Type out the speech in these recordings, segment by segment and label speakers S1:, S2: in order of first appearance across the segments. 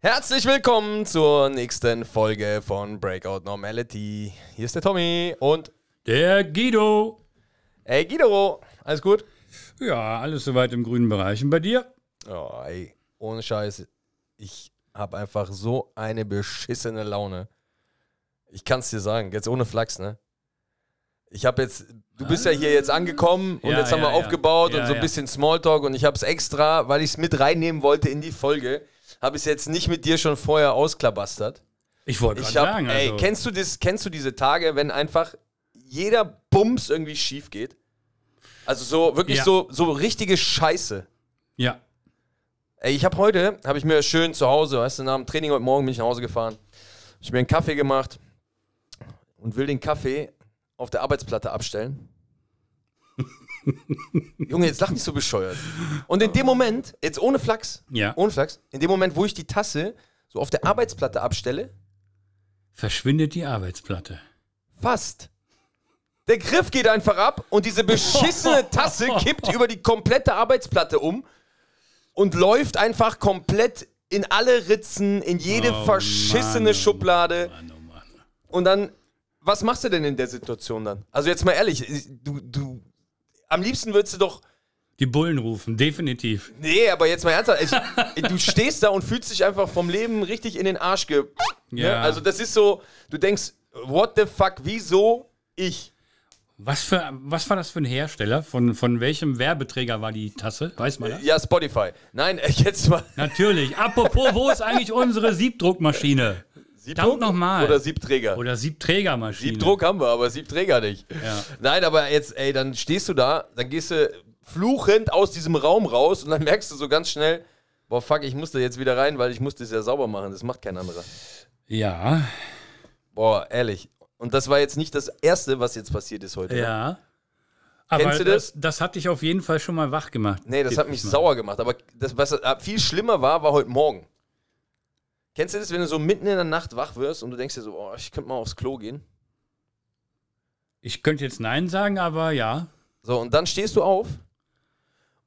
S1: Herzlich willkommen zur nächsten Folge von Breakout Normality. Hier ist der Tommy und
S2: Der Guido.
S1: ey Guido, alles gut?
S2: Ja, alles soweit im grünen Bereich. Und bei dir?
S1: Oh, ey, ohne Scheiß, ich habe einfach so eine beschissene Laune. Ich kann es dir sagen, jetzt ohne Flachs, ne? Ich habe jetzt, du bist ja hier jetzt angekommen und
S2: Ja,
S1: jetzt haben
S2: ja,
S1: wir
S2: ja.
S1: aufgebaut
S2: Ja,
S1: und so ein
S2: ja.
S1: bisschen Smalltalk und ich habe es extra, weil ich es mit reinnehmen wollte in die Folge, habe ich es jetzt nicht mit dir schon vorher ausklabastert.
S2: Ich wollte
S1: Ich
S2: gerade
S1: hab,
S2: sagen.
S1: ey,
S2: also,
S1: kennst du, das, kennst du diese Tage, wenn einfach jeder Bums irgendwie schief geht? Also so, wirklich
S2: Ja.
S1: so, so richtige Scheiße.
S2: ja.
S1: Ey, ich habe heute, habe ich mir schön zu Hause, weißt du, nach dem Training heute Morgen bin ich nach Hause gefahren, hab ich mir einen Kaffee gemacht und will den Kaffee auf der Arbeitsplatte abstellen. Junge, jetzt lach nicht so bescheuert. Und in dem Moment, jetzt ohne Flachs,
S2: Ja.
S1: ohne Flachs, in dem Moment, wo ich die Tasse so auf der Arbeitsplatte abstelle,
S2: Verschwindet die Arbeitsplatte.
S1: Fast. Der Griff geht einfach ab und diese beschissene Tasse kippt über die komplette Arbeitsplatte um und läuft einfach komplett in alle Ritzen, in jede
S2: Oh,
S1: verschissene
S2: Mann, oh,
S1: Schublade.
S2: Mann, oh Mann.
S1: Und dann, was machst du denn in der Situation dann? Also jetzt mal ehrlich, du, du, am liebsten würdest du doch,
S2: Die Bullen rufen, definitiv.
S1: nee, aber jetzt mal ernsthaft, ich, du stehst da und fühlst dich einfach vom Leben richtig in den Arsch ge... Ne?
S2: Ja.
S1: Also das ist so, du denkst, what the fuck, wieso ich?
S2: Was, für, was war das für ein Hersteller? Von, von welchem Werbeträger war die Tasse? Weiß man das?
S1: Ja, Spotify. Nein, äh, jetzt mal.
S2: Natürlich. Apropos, wo ist eigentlich unsere Siebdruckmaschine? Siebdruck? nochmal.
S1: Oder Siebträger.
S2: Oder Siebträgermaschine.
S1: Siebdruck haben wir, aber Siebträger nicht.
S2: Ja.
S1: Nein, aber jetzt, ey, dann stehst du da, dann gehst du fluchend aus diesem Raum raus und dann merkst du so ganz schnell, boah, fuck, ich muss da jetzt wieder rein, weil ich muss das ja sauber machen, das macht kein anderer.
S2: Ja.
S1: Boah, ehrlich. Und das war jetzt nicht das Erste, was jetzt passiert ist heute. ne?
S2: Ja. Aber
S1: Kennst du das?
S2: das? das hat dich auf jeden Fall schon mal wach gemacht.
S1: Nee, das hat mich
S2: Mal.
S1: sauer gemacht. Aber das, was äh, viel schlimmer war, war heute Morgen. Kennst du das, wenn du so mitten in der Nacht wach wirst und du denkst dir so, oh, ich könnte mal aufs Klo gehen?
S2: Ich könnte jetzt Nein sagen, aber ja.
S1: So, und dann stehst du auf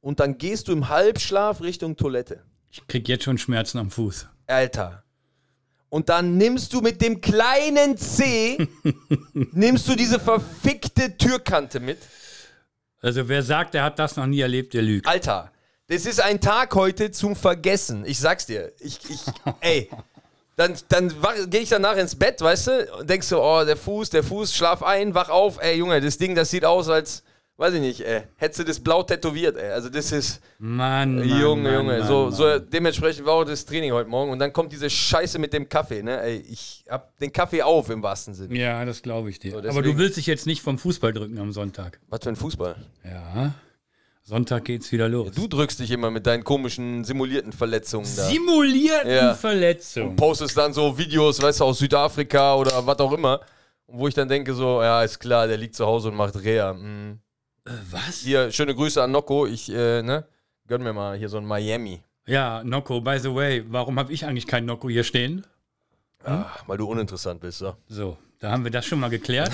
S1: und dann gehst du im Halbschlaf Richtung Toilette.
S2: Ich krieg jetzt schon Schmerzen am Fuß.
S1: Alter. Und dann nimmst du mit dem kleinen C, nimmst du diese verfickte Türkante mit.
S2: Also wer sagt, er hat das noch nie erlebt, der lügt.
S1: Alter, das ist ein Tag heute zum Vergessen. Ich sag's dir. Ich, ich, ey. Dann, dann gehe ich danach ins Bett, weißt du, und denkst so, oh, der Fuß, der Fuß, schlaf ein, wach auf, ey, Junge, das Ding, das sieht aus, als, weiß ich nicht, ey, hättest du das blau tätowiert, ey. Also, das ist,
S2: Mann, Mann
S1: Junge,
S2: Mann,
S1: Junge,
S2: Mann,
S1: so,
S2: Mann.
S1: so dementsprechend war auch das Training heute Morgen und dann kommt diese Scheiße mit dem Kaffee, ne? Ey, ich hab den Kaffee auf im wahrsten Sinne.
S2: Ja, das glaube ich dir. Aber
S1: deswegen-
S2: du willst dich jetzt nicht vom Fußball drücken am Sonntag.
S1: Was für ein Fußball.
S2: Ja. Sonntag geht's wieder los.
S1: Du drückst dich immer mit deinen komischen simulierten Verletzungen da.
S2: Simulierten
S1: Ja.
S2: Verletzung.
S1: Postest dann so Videos, weißt du, aus Südafrika oder was auch immer, wo ich dann denke so, ja, ist klar, der liegt zu Hause und macht Reha. Mhm.
S2: Was?
S1: Hier, schöne Grüße an Nocco, ich, äh, ne? Gönn mir mal hier so ein Miami.
S2: Ja, Nocco, by the way, warum habe ich eigentlich keinen Nocco hier stehen?
S1: Ah, weil du uninteressant bist, so.
S2: So, da haben wir das schon mal geklärt.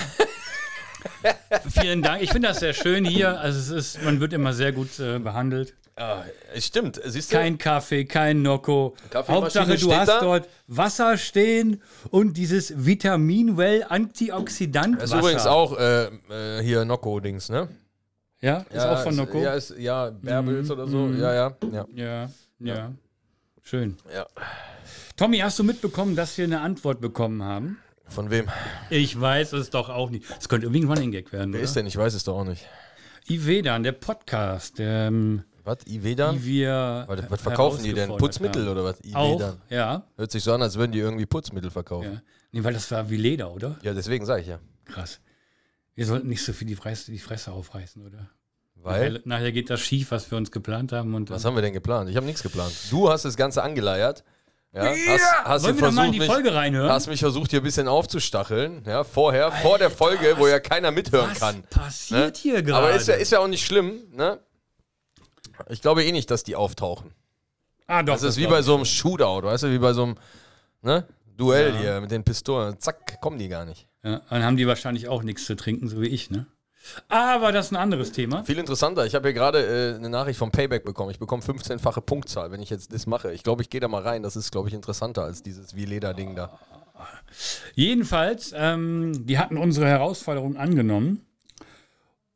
S2: Vielen Dank. Ich finde das sehr schön hier. Also es ist, man wird immer sehr gut äh, behandelt.
S1: Ah, es stimmt, siehst du?
S2: Kein Kaffee, kein Nocco.
S1: Kaffeemaschine
S2: Hauptsache,
S1: steht
S2: du hast
S1: da.
S2: dort Wasser stehen und dieses Vitamin Well Antioxidant.
S1: Das ist
S2: Wasser.
S1: übrigens auch äh, äh, hier Nocco-Dings, ne?
S2: Ja, ist
S1: Ja,
S2: auch von
S1: ist-
S2: Nocco. Mhm.
S1: Ja,
S2: Ja,
S1: ist, ja Bärbels oder so. Ja, ja, ja.
S2: ja, Schön.
S1: Ja.
S2: Tommy, hast du mitbekommen, dass wir eine Antwort bekommen haben?
S1: Von wem?
S2: Ich weiß es doch auch nicht. Es könnte irgendwie ein Running Gag werden,
S1: Wer ist
S2: oder?
S1: denn? Ich weiß es doch auch nicht.
S2: Ivedan, der Podcast, ähm,
S1: Was? Ivedan?
S2: die wir.
S1: Was, was verkaufen die denn?
S2: herausgefordert
S1: Putzmittel
S2: haben.
S1: oder was?
S2: Auch, ja.
S1: Hört sich so an, als würden die irgendwie Putzmittel verkaufen. Ja,
S2: ja. Nee, weil das war wie Leder, oder?
S1: deswegen sage ich ja.
S2: Krass. Wir sollten nicht so viel die Fresse, die Fresse aufreißen, oder?
S1: Weil,
S2: Nachher, nachher geht das schief, was wir uns geplant haben. Und
S1: was haben wir denn geplant? Ich habe nichts geplant. Du hast das Ganze angeleiert. Ja, hast, hast,
S2: Wollen
S1: hier
S2: wir doch mal in
S1: versucht,
S2: die
S1: mich,
S2: Folge reinhören?
S1: hast mich versucht, hier ein bisschen aufzustacheln. Ja, vorher, vor der Folge, wo ja keiner mithören
S2: was
S1: kann.
S2: passiert
S1: ne?
S2: hier gerade?
S1: Aber ist ja, ist ja auch nicht schlimm, ne? Ich glaube eh nicht, dass die auftauchen.
S2: ah, doch,
S1: Das ist wie
S2: glaub
S1: bei
S2: ich.
S1: so einem Shootout, weißt du, wie bei so einem ne? Duell
S2: Ja.
S1: hier mit den Pistolen. Zack, kommen die gar nicht.
S2: Ja, dann haben die wahrscheinlich auch nichts zu trinken, so wie ich, ne? Aber das ist ein anderes Thema.
S1: Viel interessanter. Ich habe hier gerade äh, eine Nachricht vom Payback bekommen. Ich bekomme 15-fache Punktzahl, wenn ich jetzt das mache. Ich glaube, ich gehe da mal rein. Das ist, glaube ich, interessanter als dieses Wie-Leder-Ding da.
S2: Jedenfalls, ähm, die hatten unsere Herausforderung angenommen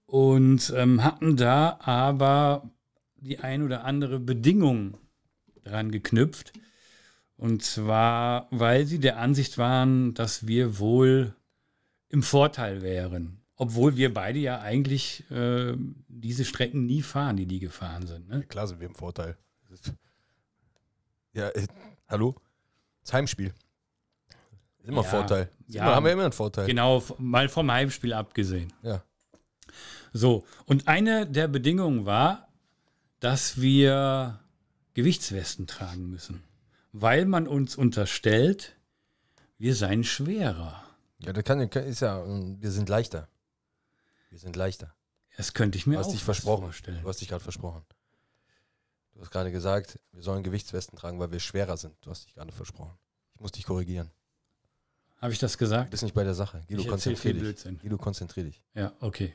S2: und ähm, hatten da aber die ein oder andere Bedingung dran geknüpft. Und zwar, weil sie der Ansicht waren, dass wir wohl im Vorteil wären. Obwohl wir beide ja eigentlich äh, diese Strecken nie fahren, die die gefahren sind. Ne?
S1: Klar sind wir im Vorteil. Ja, äh, hallo? Das Heimspiel. Ist immer
S2: Ja,
S1: Vorteil. Ist
S2: ja.
S1: Immer, haben wir immer einen Vorteil.
S2: Genau, f- mal vom Heimspiel abgesehen.
S1: Ja.
S2: So, und eine der Bedingungen war, dass wir Gewichtswesten tragen müssen, weil man uns unterstellt, wir seien schwerer.
S1: Ja, das kann, kann- ist ja, ähm, wir sind leichter. Wir sind leichter.
S2: Das könnte ich mir
S1: Du hast
S2: auch
S1: dich versprochen.
S2: vorstellen.
S1: Du hast dich gerade versprochen. Du hast gerade gesagt, wir sollen Gewichtswesten tragen, weil wir schwerer sind. Du hast dich gerade versprochen. Ich muss dich korrigieren.
S2: Habe ich das
S1: Du
S2: gesagt?
S1: bist nicht bei der Sache. Guido,
S2: Ich erzähl
S1: konzentrier
S2: viel
S1: dich.
S2: Blödsinn.
S1: Guido, konzentrier dich.
S2: Ja, okay.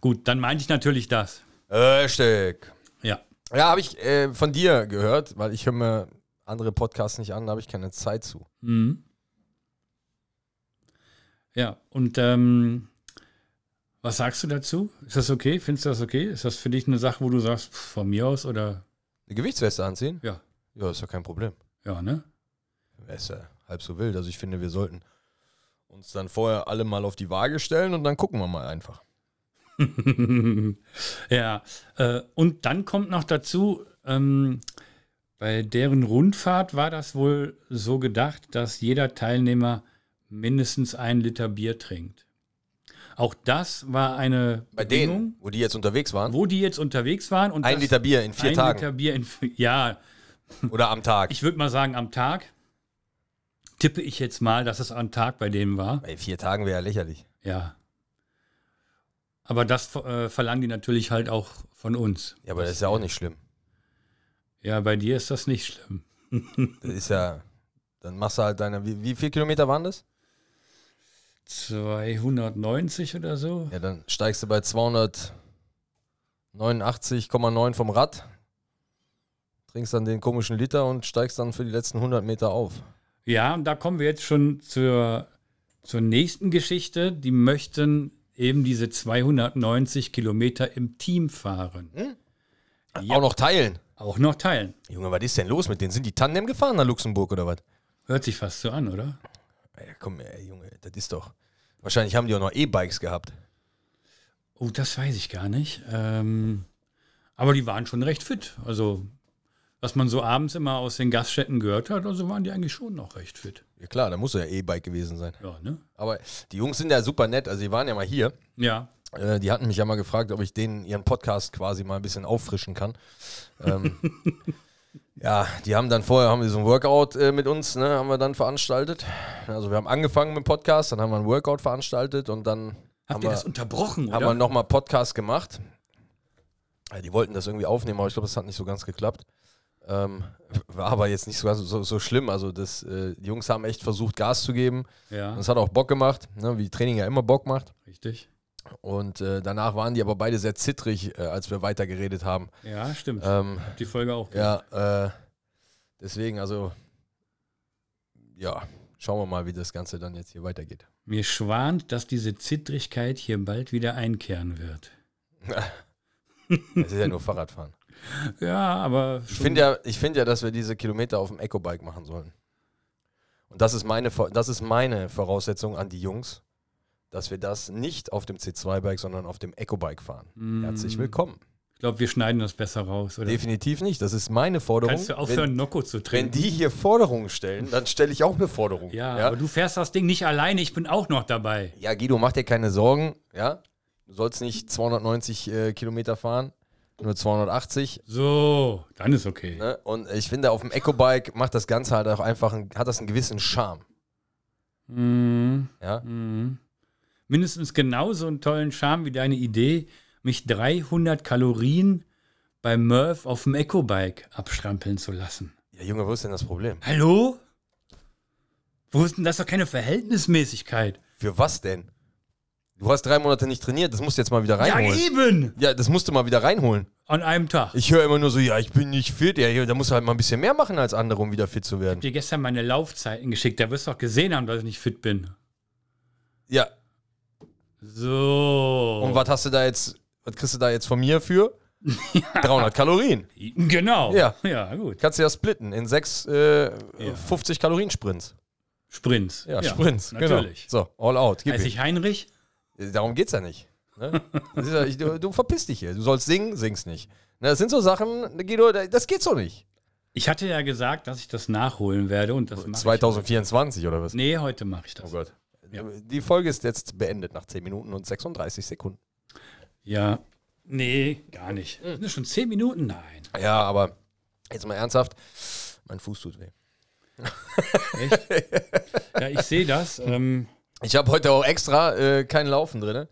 S2: Gut, dann meinte ich natürlich das.
S1: Richtig.
S2: Ja.
S1: Ja, habe ich äh, von dir gehört, weil ich höre mir andere Podcasts nicht an, da habe ich keine Zeit zu.
S2: Mhm. Ja, und ähm, was sagst du dazu? Ist das okay? Findest du das okay? Ist das für dich eine Sache, wo du sagst, pff, von mir aus oder
S1: Eine Gewichtsweste anziehen?
S2: Ja.
S1: Ja, ist ja kein Problem.
S2: ja, ne?
S1: Ist ja halb so wild. Also ich finde, wir sollten uns dann vorher alle mal auf die Waage stellen und dann gucken wir mal einfach.
S2: ja, äh, und dann kommt noch dazu, ähm, bei deren Rundfahrt war das wohl so gedacht, dass jeder Teilnehmer mindestens ein Liter Bier trinkt. Auch das war eine
S1: Bei
S2: Bedingung,
S1: denen, wo die jetzt unterwegs waren,
S2: wo die jetzt unterwegs waren. Und
S1: ein
S2: das-
S1: Liter Bier in vier
S2: ein
S1: Tagen
S2: Liter Bier in vi- ja,
S1: oder am Tag.
S2: ich würde mal sagen am Tag. Tippe ich jetzt mal, dass es am Tag bei denen war.
S1: Ey, vier Tagen wäre ja lächerlich.
S2: Ja. Aber das äh, verlangen die natürlich halt auch von uns.
S1: Ja, aber das ist ja auch nicht schlimm.
S2: Ja, bei dir ist das nicht schlimm.
S1: Das ist ja, dann machst du halt deine, wie, wie viel Kilometer waren das?
S2: 290 oder so?
S1: Ja, dann steigst du bei 289,9 vom Rad, trinkst dann den komischen Liter und steigst dann für die letzten 100 Meter auf.
S2: Ja, und da kommen wir jetzt schon zur, zur nächsten Geschichte. Die möchten eben diese 290 Kilometer im Team fahren. Ja.
S1: Auch noch teilen.
S2: Auch noch teilen.
S1: Junge, was ist denn los mit denen? Sind die Tandem gefahren nach Luxemburg oder was?
S2: Hört sich fast so an, oder?
S1: Ey, komm, ey, Junge, das ist doch. Wahrscheinlich haben die auch noch E-Bikes gehabt.
S2: Oh, das weiß ich gar nicht. Ähm, aber die waren schon recht fit. Also, was man so abends immer aus den Gaststätten gehört hat, also waren die eigentlich schon noch recht fit.
S1: Ja klar, da muss ja E-Bike gewesen sein.
S2: Ja, ne?
S1: Aber die Jungs sind ja super nett. Also die waren ja mal hier.
S2: Ja.
S1: Äh, die hatten mich ja mal gefragt, ob ich denen ihren Podcast quasi mal ein bisschen auffrischen kann. Ähm, ja, die haben dann vorher haben wir so ein Workout äh, mit uns, ne, haben wir dann veranstaltet. Also wir haben angefangen mit dem Podcast, dann haben wir ein Workout veranstaltet und dann
S2: Habt
S1: haben
S2: ihr
S1: wir,
S2: das unterbrochen,
S1: haben
S2: oder?
S1: wir nochmal Podcast gemacht. Ja, die wollten das irgendwie aufnehmen, aber ich glaube, das hat nicht so ganz geklappt. Ähm, war aber jetzt nicht so, ganz- so, so schlimm. Also das, äh, die Jungs haben echt versucht, Gas zu geben.
S2: ja,
S1: Und es hat auch Bock gemacht, ne, wie Training ja immer Bock macht.
S2: richtig.
S1: Und äh, danach waren die aber beide sehr zittrig, äh, als wir weitergeredet haben.
S2: Ja, stimmt.
S1: Ähm,
S2: Hab die Folge auch.
S1: ja, äh, deswegen, also, ja, schauen wir mal, wie das Ganze dann jetzt hier weitergeht.
S2: Mir schwant, dass diese Zittrigkeit hier bald wieder einkehren wird.
S1: Es ist ja nur Fahrradfahren.
S2: Ja, aber
S1: Ich
S2: schon-
S1: finde ja, ich find ja, dass wir diese Kilometer auf dem Ecobike machen sollen. Und das ist, meine, Vor- das ist meine Voraussetzung an die Jungs, dass wir das nicht auf dem C2-Bike, sondern auf dem Ecobike fahren.
S2: Mhm.
S1: Herzlich willkommen.
S2: ich glaube, wir schneiden das besser raus. Oder?
S1: Definitiv nicht. Das ist meine Forderung.
S2: Kannst du
S1: Wenn-
S2: aufhören, Nocco zu
S1: Wenn
S2: trinken?
S1: die hier Forderungen stellen, dann stelle ich auch eine Forderung.
S2: ja,
S1: ja?
S2: aber du fährst das Ding nicht alleine, ich bin auch noch dabei.
S1: Ja, Guido, mach dir keine Sorgen. Ja? Du sollst nicht 290 äh, Kilometer fahren, nur 280.
S2: So, dann ist okay.
S1: Ne? Und ich finde, auf dem Ecobike macht das Ganze halt auch einfach, einen, hat das einen gewissen Charme.
S2: Mhm.
S1: Ja?
S2: Mhm. Mindestens genauso einen tollen Charme wie deine Idee, mich 300 Kalorien bei Murph auf dem Ecobike abstrampeln zu lassen.
S1: ja, Junge, wo ist denn das Problem?
S2: Hallo? Wo ist denn das ist doch keine Verhältnismäßigkeit?
S1: Für was denn? Du hast drei Monate nicht trainiert, das musst du jetzt mal wieder
S2: Ja,
S1: reinholen.
S2: eben!
S1: Ja, das musst du mal wieder reinholen.
S2: An einem Tag. Ich
S1: Ich höre immer nur so, ja, ich bin nicht fit. Ja, ja, da musst du halt mal ein bisschen mehr machen als andere, um wieder fit zu werden.
S2: hab dir gestern meine Laufzeiten geschickt. Da wirst du doch gesehen haben, dass ich nicht fit bin.
S1: Ja,
S2: So.
S1: und was hast du da jetzt, was kriegst du da jetzt von mir für? 300 Kalorien.
S2: Genau.
S1: Ja.
S2: ja gut.
S1: Kannst du ja splitten in sechs äh, 50 Kalorien Sprints.
S2: Sprints.
S1: Ja, Sprints,
S2: Natürlich.
S1: genau. So, all out, gib
S2: Als
S1: ihm. Äh,
S2: ich Heinrich.
S1: Darum geht's ja nicht. Ne? Das ist ja, ich, du, du verpiss dich hier. Du sollst singen, singst nicht. Ne, das sind so Sachen, Guido, das geht so nicht.
S2: Ich hatte ja gesagt, dass ich das nachholen werde und das mache ich.
S1: 2024 oder was? Oh
S2: Nee, heute mache ich das.
S1: Gott. Die Folge ist jetzt beendet nach 10 Minuten und 36 Sekunden.
S2: Ja. Nee, gar nicht.
S1: Hm.
S2: Sind das schon zehn Minuten? Nein.
S1: Ja, aber jetzt mal ernsthaft, mein Fuß tut weh.
S2: Echt? ja, ich sehe das. Ähm,
S1: Ich habe heute auch extra äh, kein Laufen drin.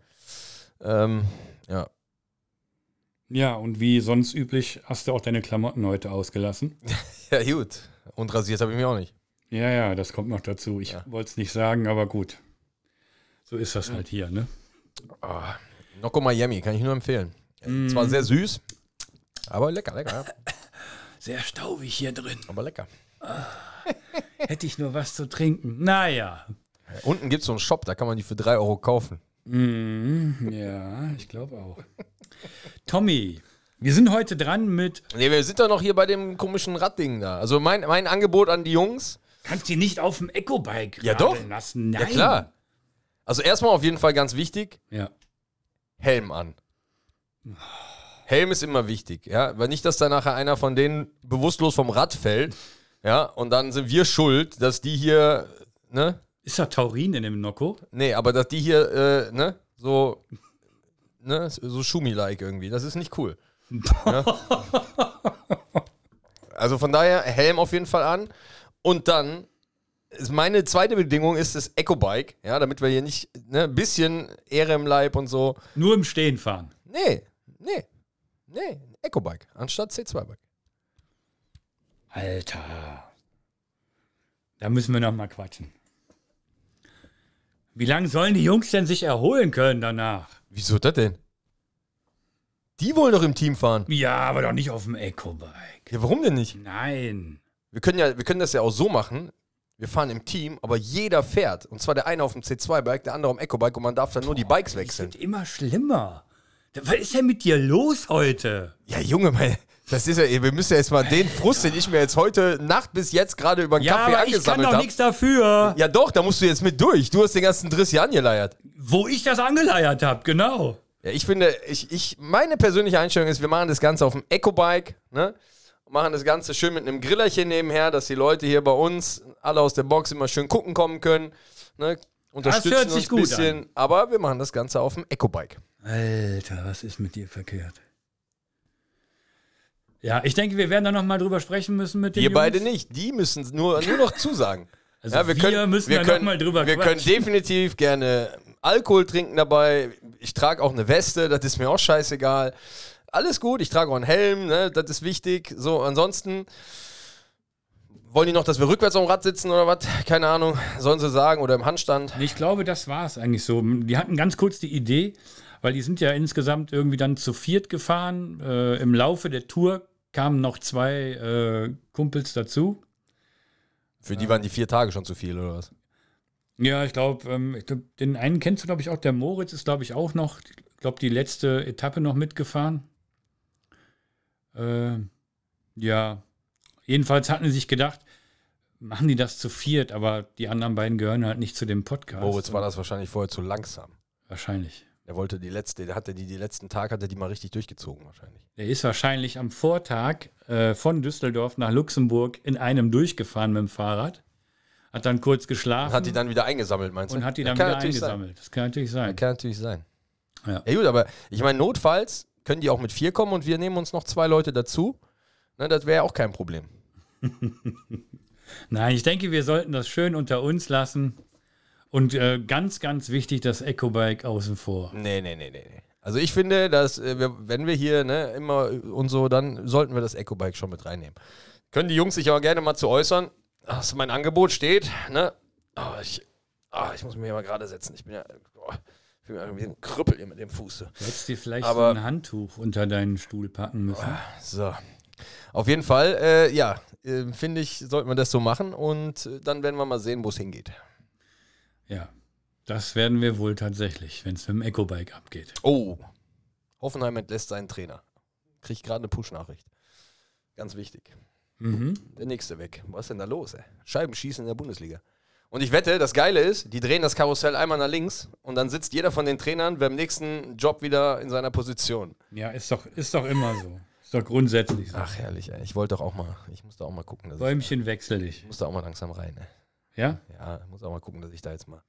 S1: Ähm, ja.
S2: ja, und wie sonst üblich hast du auch deine Klamotten heute ausgelassen.
S1: ja, gut. Und rasiert habe ich mich auch nicht.
S2: Ja, ja, das kommt noch dazu. Ich wollte es nicht sagen, aber gut. So ist das halt hier, ne?
S1: Ah, Nocco Miami, kann ich nur empfehlen. Zwar sehr süß, aber lecker, lecker. ja.
S2: Sehr staubig hier drin.
S1: Aber lecker.
S2: Hätte ich nur was zu trinken. Naja.
S1: Unten gibt es so einen Shop, da kann man die für 3 Euro kaufen.
S2: Mhm, ja, ich glaube auch. Tommy, wir sind heute dran mit.
S1: Nee, wir sind doch noch hier bei dem komischen Radding da. Also mein, mein Angebot an die Jungs.
S2: Kannst du nicht auf dem Eco-Bike
S1: Ja,
S2: radeln
S1: doch.
S2: lassen? Nein.
S1: Ja, klar. Also erstmal auf jeden Fall ganz wichtig,
S2: Ja.
S1: Helm an. Helm ist immer wichtig, ja. Weil nicht, dass da nachher einer von denen bewusstlos vom Rad fällt, ja, und dann sind wir schuld, dass die hier, ne?
S2: Ist da Taurin in dem Nocco?
S1: Nee, aber dass die hier, äh, ne, so, ne, so Schumi-like irgendwie. Das ist nicht cool. Ja? Also von daher, Helm auf jeden Fall an. Und dann, ist meine zweite Bedingung ist das Eco-Bike, ja, damit wir hier nicht, ne, ein bisschen Ehre im Leib und so.
S2: Nur im Stehen fahren.
S1: Nee, nee, nee, ein Eco-Bike anstatt C2-Bike.
S2: Alter. Da müssen wir noch mal quatschen. Wie lange sollen die Jungs denn sich erholen können danach?
S1: Wieso das denn? Die wollen doch im Team fahren.
S2: Ja, aber doch nicht auf dem Eco-Bike.
S1: Ja, warum denn nicht?
S2: Nein.
S1: Wir können, ja, wir können das ja auch so machen. Wir fahren im Team, aber jeder fährt. Und zwar der eine auf dem C2-Bike, der andere auf dem Eco-Bike und man darf dann nur die Bikes
S2: Es
S1: wechseln.
S2: wird immer schlimmer. Da- Was ist denn mit dir los heute?
S1: Ja, Junge, mein, das ist ja, wir müssen ja jetzt mal den Frust, den ich mir jetzt heute Nacht bis jetzt gerade über den
S2: Ja,
S1: Kaffee
S2: aber ich kann
S1: angesammelt
S2: doch
S1: habe.
S2: nichts dafür.
S1: Ja, doch, da musst du jetzt mit durch. Du hast den ganzen Driss hier angeleiert.
S2: Wo ich das angeleiert habe, genau.
S1: Ja, ich finde, ich, ich, meine persönliche Einstellung ist, wir machen das Ganze auf dem Eco-Bike, ne? Machen das Ganze schön mit einem Grillerchen nebenher, dass die Leute hier bei uns alle aus der Box immer schön gucken kommen können. Ne? Unterstützen
S2: hört sich
S1: uns
S2: gut
S1: ein bisschen, aber wir machen das Ganze auf dem Eco-Bike.
S2: Alter, was ist mit dir verkehrt? Ja, ich denke, wir werden da nochmal drüber sprechen müssen mit den
S1: Ihr
S2: Jungs.
S1: beide nicht, die müssen nur, nur noch zusagen.
S2: Also wir müssen da noch mal drüber
S1: Wir können
S2: quatschen.
S1: definitiv gerne Alkohol trinken dabei. Ich trage auch eine Weste, das ist mir auch scheißegal. Alles gut, ich trage auch einen Helm, ne, das ist wichtig. So, ansonsten wollen die noch, dass wir rückwärts am Rad sitzen oder was? Keine Ahnung, sollen sie sagen oder im Handstand.
S2: Ich glaube, das war es eigentlich so. Die hatten ganz kurz die Idee, weil die sind ja insgesamt irgendwie dann zu viert gefahren. Äh, Im Laufe der Tour kamen noch zwei äh, Kumpels dazu.
S1: Für die waren die vier Tage schon zu viel oder was?
S2: Ja, ich glaube, ähm, ich glaub, den einen kennst du, glaube ich, auch. Der Moritz ist, glaube ich, auch noch, ich glaube, die letzte Etappe noch mitgefahren. Äh, ja, jedenfalls hatten sie sich gedacht, machen die das zu viert, aber die anderen beiden gehören halt nicht zu dem Podcast.
S1: Moritz war das wahrscheinlich vorher zu langsam.
S2: Wahrscheinlich.
S1: Er wollte die letzte, der hatte die, die letzten Tag, hat er die mal richtig durchgezogen wahrscheinlich.
S2: Der ist wahrscheinlich am Vortag äh, von Düsseldorf nach Luxemburg in einem durchgefahren mit dem Fahrrad, hat dann kurz geschlafen
S1: Und hat die dann wieder eingesammelt, meinst du?
S2: und hat die dann
S1: Kann
S2: wieder
S1: natürlich sein.
S2: eingesammelt. Das kann natürlich sein.
S1: Kann natürlich sein.
S2: Ja.
S1: gut, aber ich meine, notfalls können die auch mit vier kommen und wir nehmen uns noch zwei Leute dazu. Ne, das wäre ja auch kein Problem.
S2: Nein, ich denke, wir sollten das schön unter uns lassen. Und äh, ganz, ganz wichtig, das Eco-Bike außen vor.
S1: Nee, nee, nee, nee. nee. Also ich finde, dass äh, wir, wenn wir hier ne, immer und so, dann sollten wir das Eco-Bike schon mit reinnehmen. Können die Jungs sich aber gerne mal zu äußern. Also ah, mein Angebot steht, ne? Ah, ich, ah, ich muss mich mal gerade setzen. Ich bin ja. Boah. Fühl mich auch wie ein Krüppel hier mit dem Fuß.
S2: Du hättest dir vielleicht
S1: Aber-
S2: so ein Handtuch unter deinen Stuhl packen müssen.
S1: So. Auf jeden Fall, äh, ja, äh, finde ich, sollte man das so machen und äh, dann werden wir mal sehen, wo es hingeht.
S2: Ja, das werden wir wohl tatsächlich, wenn es mit dem Ecobike abgeht.
S1: Oh. Hoffenheim entlässt seinen Trainer. Krieg gerade eine Push-Nachricht. Ganz wichtig.
S2: Mhm.
S1: Der nächste weg. Was ist denn da los, ey? Scheibenschießen in der Bundesliga. Und ich wette, das Geile ist, die drehen das Karussell einmal nach links und dann sitzt jeder von den Trainern beim nächsten Job wieder in seiner Position.
S2: Ja, ist doch, ist doch immer so. Ist doch grundsätzlich so.
S1: Ach, herrlich, ey. Ich wollte doch auch mal, ich muss da auch mal gucken, dass ich,
S2: Bäumchen wechsel dich.
S1: ich muss da auch mal langsam rein, ey.
S2: Ja?
S1: Ja, muss auch mal gucken, dass ich da jetzt mal.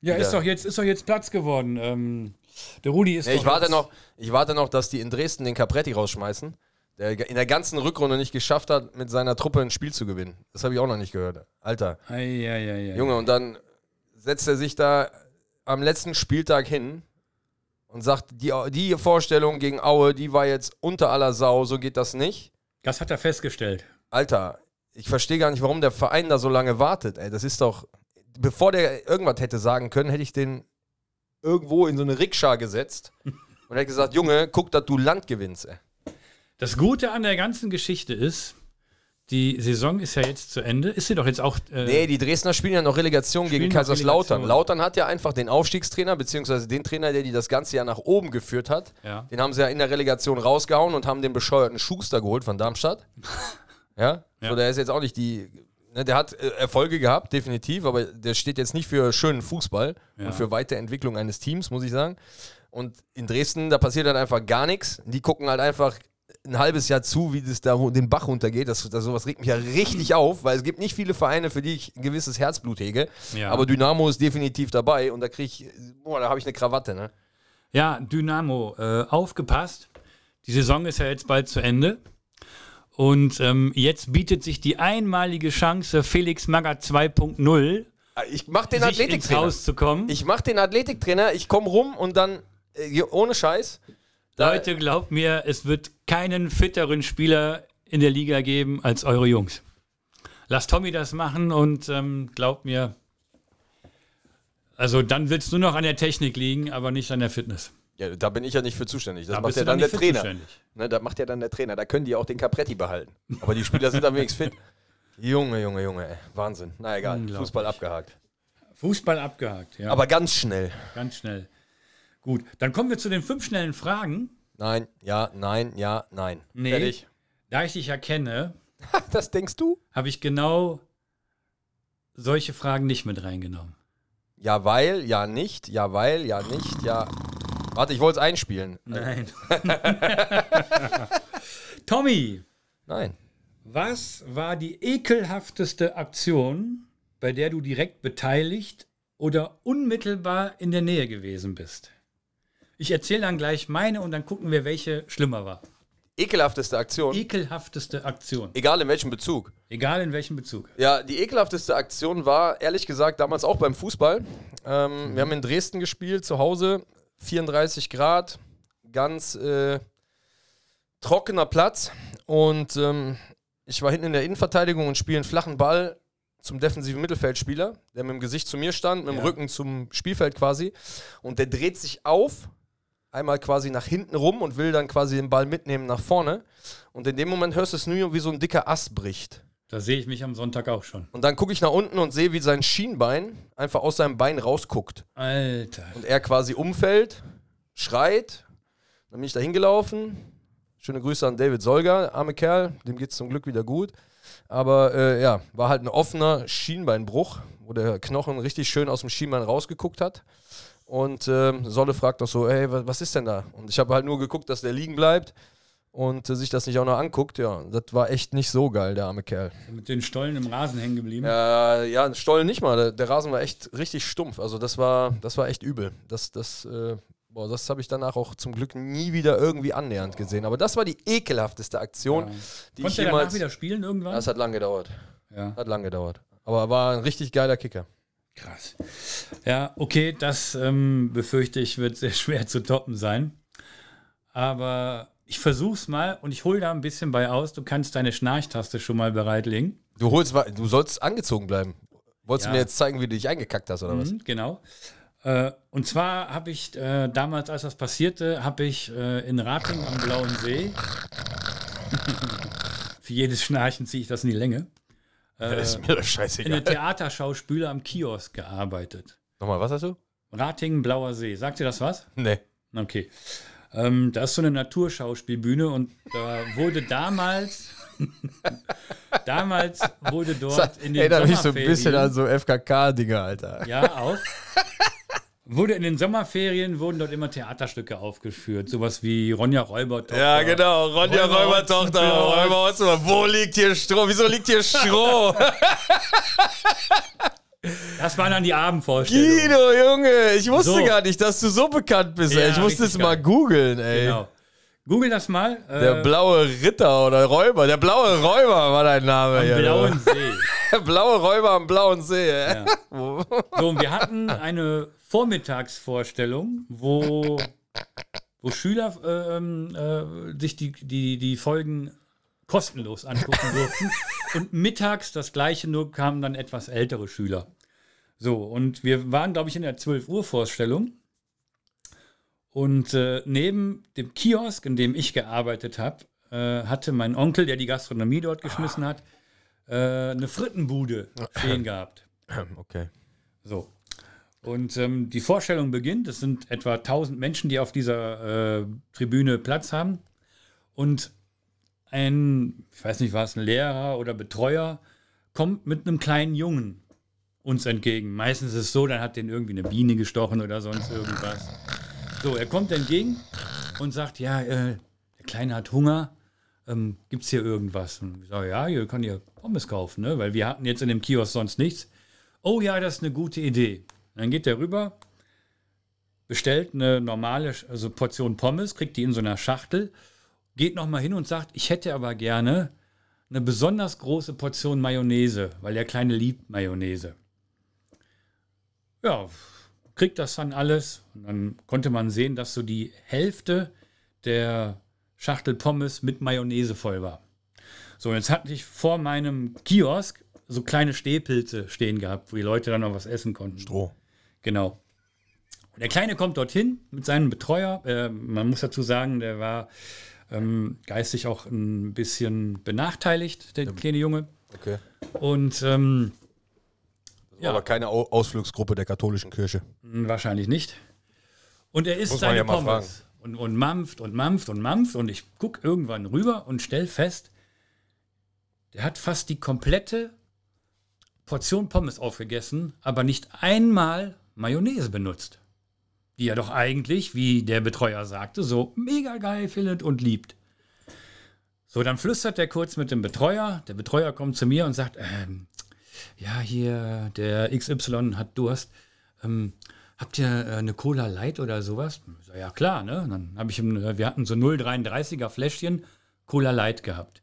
S2: Ja,
S1: Wieder.
S2: ist doch jetzt, ist doch jetzt Platz geworden. Ähm, der Rudi ist
S1: Nee,
S2: doch
S1: ich, warte
S2: jetzt-
S1: noch, ich warte noch, dass die in Dresden den Capretti rausschmeißen, der in der ganzen Rückrunde nicht geschafft hat, mit seiner Truppe ein Spiel zu gewinnen. Das habe ich auch noch nicht gehört. Alter,
S2: Ei, ei, ei, ei.
S1: Junge, und dann setzt er sich da am letzten Spieltag hin und sagt, die, die Vorstellung gegen Aue, die war jetzt unter aller Sau, so geht das nicht.
S2: Das hat er festgestellt.
S1: Alter, ich verstehe gar nicht, warum der Verein da so lange wartet. Ey, das ist doch, bevor der irgendwas hätte sagen können, hätte ich den irgendwo in so eine Rikscha gesetzt und hätte gesagt, Junge, guck, dass du Land gewinnst. Ey.
S2: Das Gute an der ganzen Geschichte ist, die Saison ist ja jetzt zu Ende. Ist sie doch jetzt auch. Äh,
S1: Nee, die Dresdner spielen ja noch Relegation
S2: Spielen
S1: gegen
S2: noch
S1: Kaiserslautern.
S2: Relegation.
S1: Lautern hat ja einfach den Aufstiegstrainer, beziehungsweise den Trainer, der die das ganze Jahr nach oben geführt hat.
S2: Ja.
S1: Den haben sie ja in der Relegation rausgehauen und haben den bescheuerten Schuster geholt von Darmstadt. ja?
S2: Ja.
S1: So, der ist jetzt auch nicht die. Ne, der hat äh, Erfolge gehabt, definitiv, aber der steht jetzt nicht für schönen Fußball
S2: Ja.
S1: und für Weiterentwicklung eines Teams, muss ich sagen. Und in Dresden, da passiert halt einfach gar nichts. Die gucken halt einfach ein halbes Jahr zu, wie das da ru- den Bach runtergeht. Das, das, sowas regt mich ja richtig auf, weil es gibt nicht viele Vereine, für die ich ein gewisses Herzblut hege.
S2: Ja.
S1: Aber Dynamo ist definitiv dabei und da kriege ich, boah, da habe ich eine Krawatte, ne?
S2: Ja, Dynamo, äh, aufgepasst. Die Saison ist ja jetzt bald zu Ende. Und ähm, jetzt bietet sich die einmalige Chance, Felix Magger 2.0
S1: Ich mach den
S2: sich ins
S1: Athletiktrainer.
S2: Haus zu kommen.
S1: Ich mach den Athletiktrainer, ich komme rum und dann, äh, hier, ohne Scheiß, da-
S2: Leute, glaubt mir, es wird keinen fitteren Spieler in der Liga geben als eure Jungs. Lasst Tommy das machen und ähm, glaubt mir, also dann wird es nur noch an der Technik liegen, aber nicht an der Fitness.
S1: ja, da bin ich ja nicht für zuständig. Das
S2: Da
S1: macht
S2: bist
S1: ja
S2: du
S1: dann der
S2: doch nicht
S1: Trainer.
S2: für zuständig.
S1: Ne, da macht ja dann der Trainer. Da können die auch den Capretti behalten. Aber die Spieler sind am wenigsten fit. Junge, Junge, Junge, ey. Wahnsinn. Na egal,
S2: Unglaublich.
S1: Fußball abgehakt.
S2: Fußball abgehakt, ja.
S1: Aber ganz schnell.
S2: Ganz schnell. Gut, dann kommen wir zu den fünf schnellen Fragen.
S1: Nein, ja, nein, ja, nein.
S2: Nee.
S1: Fertig.
S2: Da ich dich ja kenne,
S1: Das denkst du?
S2: habe ich genau solche Fragen nicht mit reingenommen.
S1: Ja, weil, ja, nicht, ja, weil, ja, nicht, ja. Warte, ich wollte es einspielen.
S2: Nein. Tommy,
S1: Nein.
S2: was war die ekelhafteste Aktion, bei der du direkt beteiligt oder unmittelbar in der Nähe gewesen bist? Ich erzähle dann gleich meine und dann gucken wir, welche schlimmer war.
S1: Ekelhafteste Aktion.
S2: Ekelhafteste Aktion.
S1: Egal in welchem Bezug.
S2: Egal in welchem Bezug.
S1: Ja, die ekelhafteste Aktion war, ehrlich gesagt, damals auch beim Fußball. Ähm, Wir haben in Dresden gespielt, zu Hause, 34 Grad, ganz äh, trockener Platz. Und ähm, ich war hinten in der Innenverteidigung und spiele einen flachen Ball zum defensiven Mittelfeldspieler, der mit dem Gesicht zu mir stand, mit dem
S2: Ja.
S1: Rücken zum Spielfeld quasi. Und der dreht sich auf, einmal quasi nach hinten rum und will dann quasi den Ball mitnehmen nach vorne. Und in dem Moment hörst du es nur, wie so ein dicker Ast bricht.
S2: Da sehe ich mich am Sonntag auch schon.
S1: Und dann gucke ich nach unten und sehe, wie sein Schienbein einfach aus seinem Bein rausguckt.
S2: Alter.
S1: Und er quasi umfällt, schreit. Dann bin ich da hingelaufen. Schöne Grüße an David Solger, arme Kerl. Dem geht es zum Glück wieder gut. Aber äh, ja, war halt ein offener Schienbeinbruch, wo der Knochen richtig schön aus dem Schienbein rausgeguckt hat. Und ähm, Solle fragt noch so, hey, wa- was ist denn da? Und ich habe halt nur geguckt, dass der liegen bleibt und äh, sich das nicht auch noch anguckt. Ja, das war echt nicht so geil, der arme Kerl.
S2: Mit den Stollen im Rasen hängen geblieben.
S1: Äh, ja, Stollen nicht mal. Der, der Rasen war echt richtig stumpf. Also das war, das war echt übel. Das, das, äh, boah, das habe ich danach auch zum Glück nie wieder irgendwie annähernd gesehen. Aber das war die ekelhafteste Aktion, die ich
S2: Konntest du danach
S1: jemals. Also
S2: wieder spielen irgendwann?
S1: das hat lang gedauert.
S2: ja.
S1: Hat lang gedauert. Aber war ein richtig geiler Kicker.
S2: Krass. Ja, okay, das ähm, befürchte ich, wird sehr schwer zu toppen sein. Aber ich versuch's mal und ich hole da ein bisschen bei aus. Du kannst deine Schnarchtaste schon mal bereitlegen.
S1: Du holst, wa- du sollst angezogen bleiben. Wolltest
S2: Ja.
S1: du mir jetzt zeigen, wie du dich eingekackt hast oder was?
S2: Mhm, genau. Äh, und zwar habe ich äh, damals, als das passierte, habe ich äh, in Rating am Blauen See. Für jedes Schnarchen ziehe ich das in die Länge.
S1: das ist mir doch
S2: Äh, In
S1: scheißegal.
S2: der Theaterschauspüler am Kiosk gearbeitet.
S1: Nochmal, was hast du?
S2: Ratingen, Blauer See. Sagt dir das was?
S1: Nee.
S2: Okay. Ähm, da ist so eine Naturschauspielbühne und da wurde damals, damals wurde dort in den
S1: Ey, da bin ich so ein
S2: Sommerferien,
S1: bisschen an so FKK-Dinger, Alter.
S2: ja auch, wurde in den Sommerferien wurden dort immer Theaterstücke aufgeführt, sowas wie Ronja Räubertochter.
S1: Ja, genau. Ronja
S2: Räuber-
S1: Räubertochter.
S2: Räuber-
S1: Räuber Hotzenplotz. Wo liegt hier Stroh? Wieso liegt hier Stroh?
S2: Das waren dann die Abendvorstellungen.
S1: Guido, Junge. Ich wusste
S2: So.
S1: gar nicht, dass du so bekannt bist. ey.
S2: Ja,
S1: Ich musste
S2: richtig
S1: es mal
S2: geil.
S1: googeln, ey.
S2: Genau. Google das mal.
S1: Der
S2: äh,
S1: blaue Ritter oder Räuber. Der blaue Räuber war dein Name.
S2: am
S1: ja,
S2: blauen See.
S1: Der blaue Räuber am blauen See. ey.
S2: So, und wir hatten eine Vormittagsvorstellung, wo, wo Schüler ähm, äh, sich die, die, die Folgen kostenlos angucken durften. Und mittags das gleiche, nur kamen dann etwas ältere Schüler. So, und wir waren, glaube ich, in der 12 Uhr Vorstellung. Und äh, neben dem Kiosk, in dem ich gearbeitet habe, äh, hatte mein Onkel, der die Gastronomie dort geschmissen hat, äh, eine Frittenbude stehen gehabt.
S1: Okay.
S2: So. Und ähm, die Vorstellung beginnt. Es sind etwa 1000 Menschen, die auf dieser äh, Tribüne Platz haben. Und ein, ich weiß nicht, war es ein Lehrer oder Betreuer, kommt mit einem kleinen Jungen uns entgegen. Meistens ist es so, dann hat den irgendwie eine Biene gestochen oder sonst irgendwas. So, er kommt entgegen und sagt, ja, äh, der Kleine hat Hunger, ähm, gibt es hier irgendwas? Und ich sage, ja, ihr könnt hier Pommes kaufen, ne? weil wir hatten jetzt in dem Kiosk sonst nichts. Oh ja, das ist eine gute Idee. Dann geht der rüber, bestellt eine normale Sch- also Portion Pommes, kriegt die in so einer Schachtel, geht nochmal hin und sagt, ich hätte aber gerne eine besonders große Portion Mayonnaise, weil der Kleine liebt Mayonnaise. Ja, kriegt das dann alles. Und dann konnte man sehen, dass so die Hälfte der Schachtel Pommes mit Mayonnaise voll war. So, jetzt hatte ich vor meinem Kiosk so kleine Stehpilze stehen gehabt, wo die Leute dann noch was essen konnten.
S1: Oh.
S2: Genau. Und der Kleine kommt dorthin mit seinem Betreuer. Äh, man muss dazu sagen, der war ähm, geistig auch ein bisschen benachteiligt, der kleine Junge.
S1: Okay.
S2: Und ähm, Ja.
S1: Aber keine Au- Ausflugsgruppe der katholischen Kirche.
S2: Wahrscheinlich nicht. Und er isst
S1: Muss man
S2: seine
S1: ja mal
S2: Pommes. Und, und mampft und mampft und mampft. Und ich gucke irgendwann rüber und stelle fest, der hat fast die komplette Portion Pommes aufgegessen, aber nicht einmal Mayonnaise benutzt. Die er doch eigentlich, wie der Betreuer sagte, so mega geil findet und liebt. So, dann flüstert er kurz mit dem Betreuer. Der Betreuer kommt zu mir und sagt, ähm, ja, hier, der XY hat Durst. Ähm, habt ihr äh, eine Cola Light oder sowas? Ich sag, Ja, klar, ne? Und Dann habe ich ihm, äh, wir hatten so 0,33er Fläschchen Cola Light gehabt.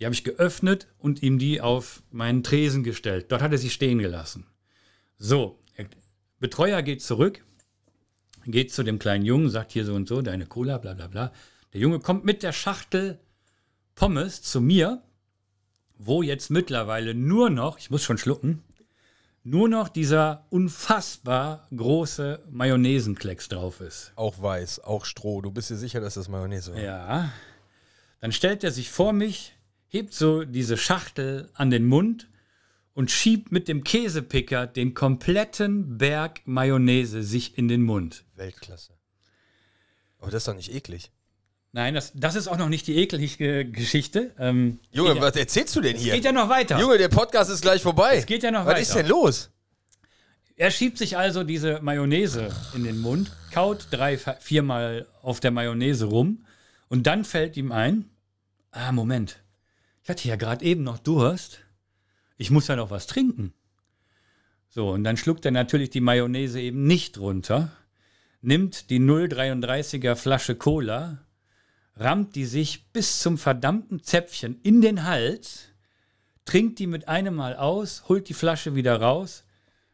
S2: Die habe ich geöffnet und ihm die auf meinen Tresen gestellt. Dort hat er sie stehen gelassen. So, der Betreuer geht zurück, geht zu dem kleinen Jungen, sagt hier so und so, deine Cola, bla bla bla. Der Junge kommt mit der Schachtel Pommes zu mir, wo jetzt mittlerweile nur noch, ich muss schon schlucken, nur noch dieser unfassbar große Mayonnaisenklecks drauf ist.
S1: Auch weiß, auch Stroh. Du bist dir sicher, dass das Mayonnaise war?
S2: Ja. Dann stellt er sich vor mich, hebt so diese Schachtel an den Mund und schiebt mit dem Käsepicker den kompletten Berg Mayonnaise sich in den Mund.
S1: Weltklasse. Aber das ist doch nicht eklig.
S2: Nein, das, das ist auch noch nicht die eklige Geschichte. Ähm,
S1: Junge, was erzählst du denn hier?
S2: geht ja noch weiter.
S1: Junge, der Podcast ist gleich vorbei.
S2: Es geht ja noch
S1: was
S2: weiter.
S1: ist denn los?
S2: Er schiebt sich also diese Mayonnaise in den Mund, kaut drei, viermal auf der Mayonnaise rum und dann fällt ihm ein, ah, Moment, ich hatte ja gerade eben noch Durst, ich muss ja noch was trinken. So, und dann schluckt er natürlich die Mayonnaise eben nicht runter, nimmt die 0,33er Flasche Cola, rammt die sich bis zum verdammten Zäpfchen in den Hals, trinkt die mit einem Mal aus, holt die Flasche wieder raus,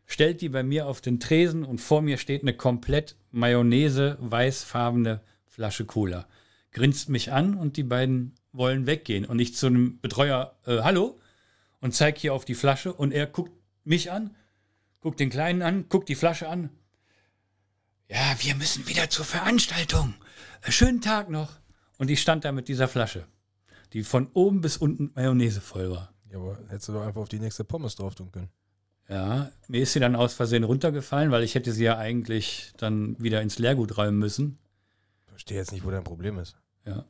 S2: stellt die bei mir auf den Tresen und vor mir steht eine komplett Mayonnaise weißfarbene Flasche Cola. Grinst mich an und die beiden wollen weggehen und ich zu einem Betreuer äh, hallo und zeig hier auf die Flasche und er guckt mich an, guckt den kleinen an, guckt die Flasche an. ja, wir müssen wieder zur Veranstaltung. Äh, Schönen Tag noch. Und ich stand da mit dieser Flasche, die von oben bis unten mit Mayonnaise voll war.
S1: Ja, aber hättest du doch einfach auf die nächste Pommes drauf tun können.
S2: Ja, mir ist sie dann aus Versehen runtergefallen, weil ich hätte sie ja eigentlich dann wieder ins Leergut räumen müssen.
S1: Verstehe jetzt nicht, wo dein Problem ist.
S2: Ja.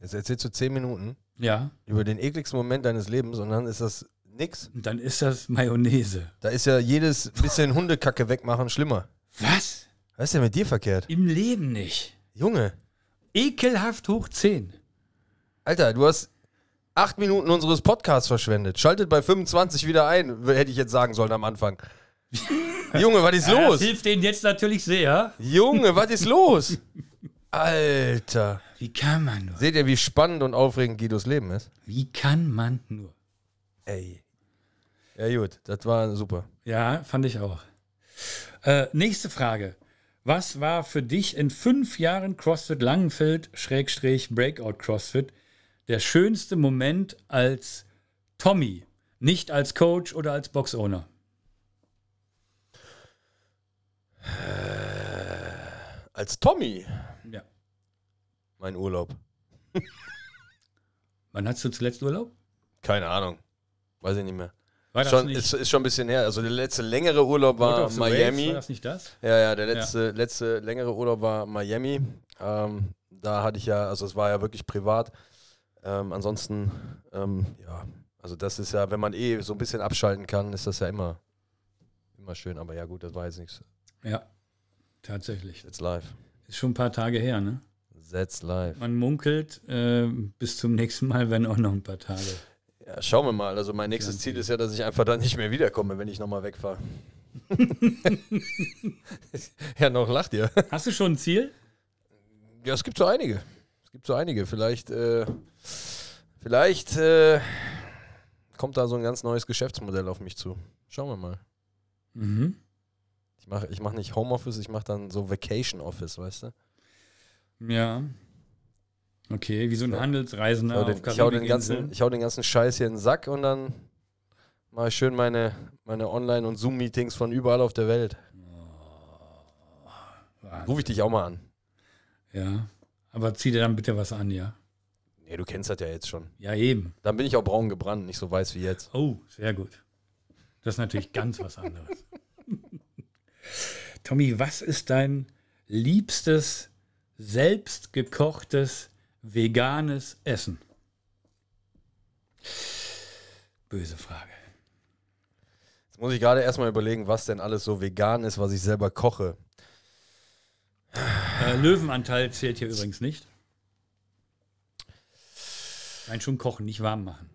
S1: Jetzt erzählst du zehn Minuten
S2: Ja,
S1: über den ekligsten Moment deines Lebens und dann ist das nix.
S2: und dann ist das Mayonnaise.
S1: Da ist ja jedes bisschen Hundekacke wegmachen schlimmer.
S2: Was?
S1: Was ist denn mit dir verkehrt?
S2: Im Leben nicht.
S1: Junge,
S2: Ekelhaft hoch 10.
S1: Alter, du hast acht Minuten unseres Podcasts verschwendet. Schaltet bei 25 wieder ein, w- hätte ich jetzt sagen sollen am Anfang. Junge, was ist
S2: Das
S1: los?
S2: hilft denen jetzt natürlich sehr.
S1: Junge, was ist los? Alter.
S2: Wie kann man nur?
S1: Seht ihr, wie spannend und aufregend Guidos Leben ist?
S2: Wie kann man nur?
S1: Ey. Ja, gut, das war super.
S2: Ja, fand ich auch. Äh, nächste Frage. Was war für dich in fünf Jahren CrossFit Langenfeld, Schrägstrich Breakout CrossFit, der schönste Moment als Tommy? Nicht als Coach oder als Box-Owner?
S1: Als Tommy,
S2: Ja.
S1: mein Urlaub.
S2: Wann hast du zuletzt Urlaub?
S1: Keine Ahnung. Weiß ich nicht mehr.
S2: War
S1: Schon,
S2: nicht
S1: ist, ist schon ein bisschen her. Also der letzte längere Urlaub
S2: Out
S1: war
S2: of the Waves?
S1: Miami.
S2: War das nicht das?
S1: Ja, ja, der letzte, letzte längere Urlaub war Miami. Ähm, da hatte ich ja, also es war ja wirklich privat. Ähm, ansonsten, ähm, ja, also das ist ja, wenn man eh so ein bisschen abschalten kann, ist das ja immer, immer schön. Aber ja gut, das war jetzt nichts.
S2: Ja, tatsächlich.
S1: That's live.
S2: Ist schon ein paar Tage her, ne?
S1: That's live.
S2: Man munkelt, äh, bis zum nächsten Mal werden auch noch ein paar Tage.
S1: Ja, schauen wir mal. Also mein nächstes Ziel ist ja, dass ich einfach dann nicht mehr wiederkomme, wenn ich nochmal wegfahre. ja, noch lacht ihr.
S2: Hast du schon ein Ziel?
S1: Ja, es gibt so einige. Es gibt so einige. Vielleicht, äh, vielleicht äh, kommt da so ein ganz neues Geschäftsmodell auf mich zu. Schauen wir mal.
S2: Mhm.
S1: Ich mache ich mach nicht Homeoffice, ich mache dann so Vacation Office, weißt du?
S2: Ja. Okay, wie so ein
S1: Ja.
S2: Handelsreisender.
S1: ich, hau den, ich, hau den
S2: auf Karibikinseln.
S1: ganzen, ich hau den ganzen Scheiß hier in den Sack und dann mache ich schön meine, meine Online- und Zoom-Meetings von überall auf der Welt.
S2: Wahnsinn.
S1: Ruf ich dich auch mal an.
S2: Ja. Aber zieh dir dann bitte was an, ja?
S1: Ja, du kennst das ja jetzt schon.
S2: Ja, eben.
S1: Dann bin ich auch braun gebrannt, nicht so weiß wie jetzt.
S2: Oh, sehr gut. Das ist natürlich ganz was anderes. Tommy, was ist dein liebstes, selbstgekochtes, veganes Essen? Böse Frage.
S1: Jetzt muss ich gerade erstmal überlegen, was denn alles so vegan ist, was ich selber koche.
S2: Äh, Löwenanteil zählt hier übrigens nicht. Nein, schon kochen, nicht warm machen.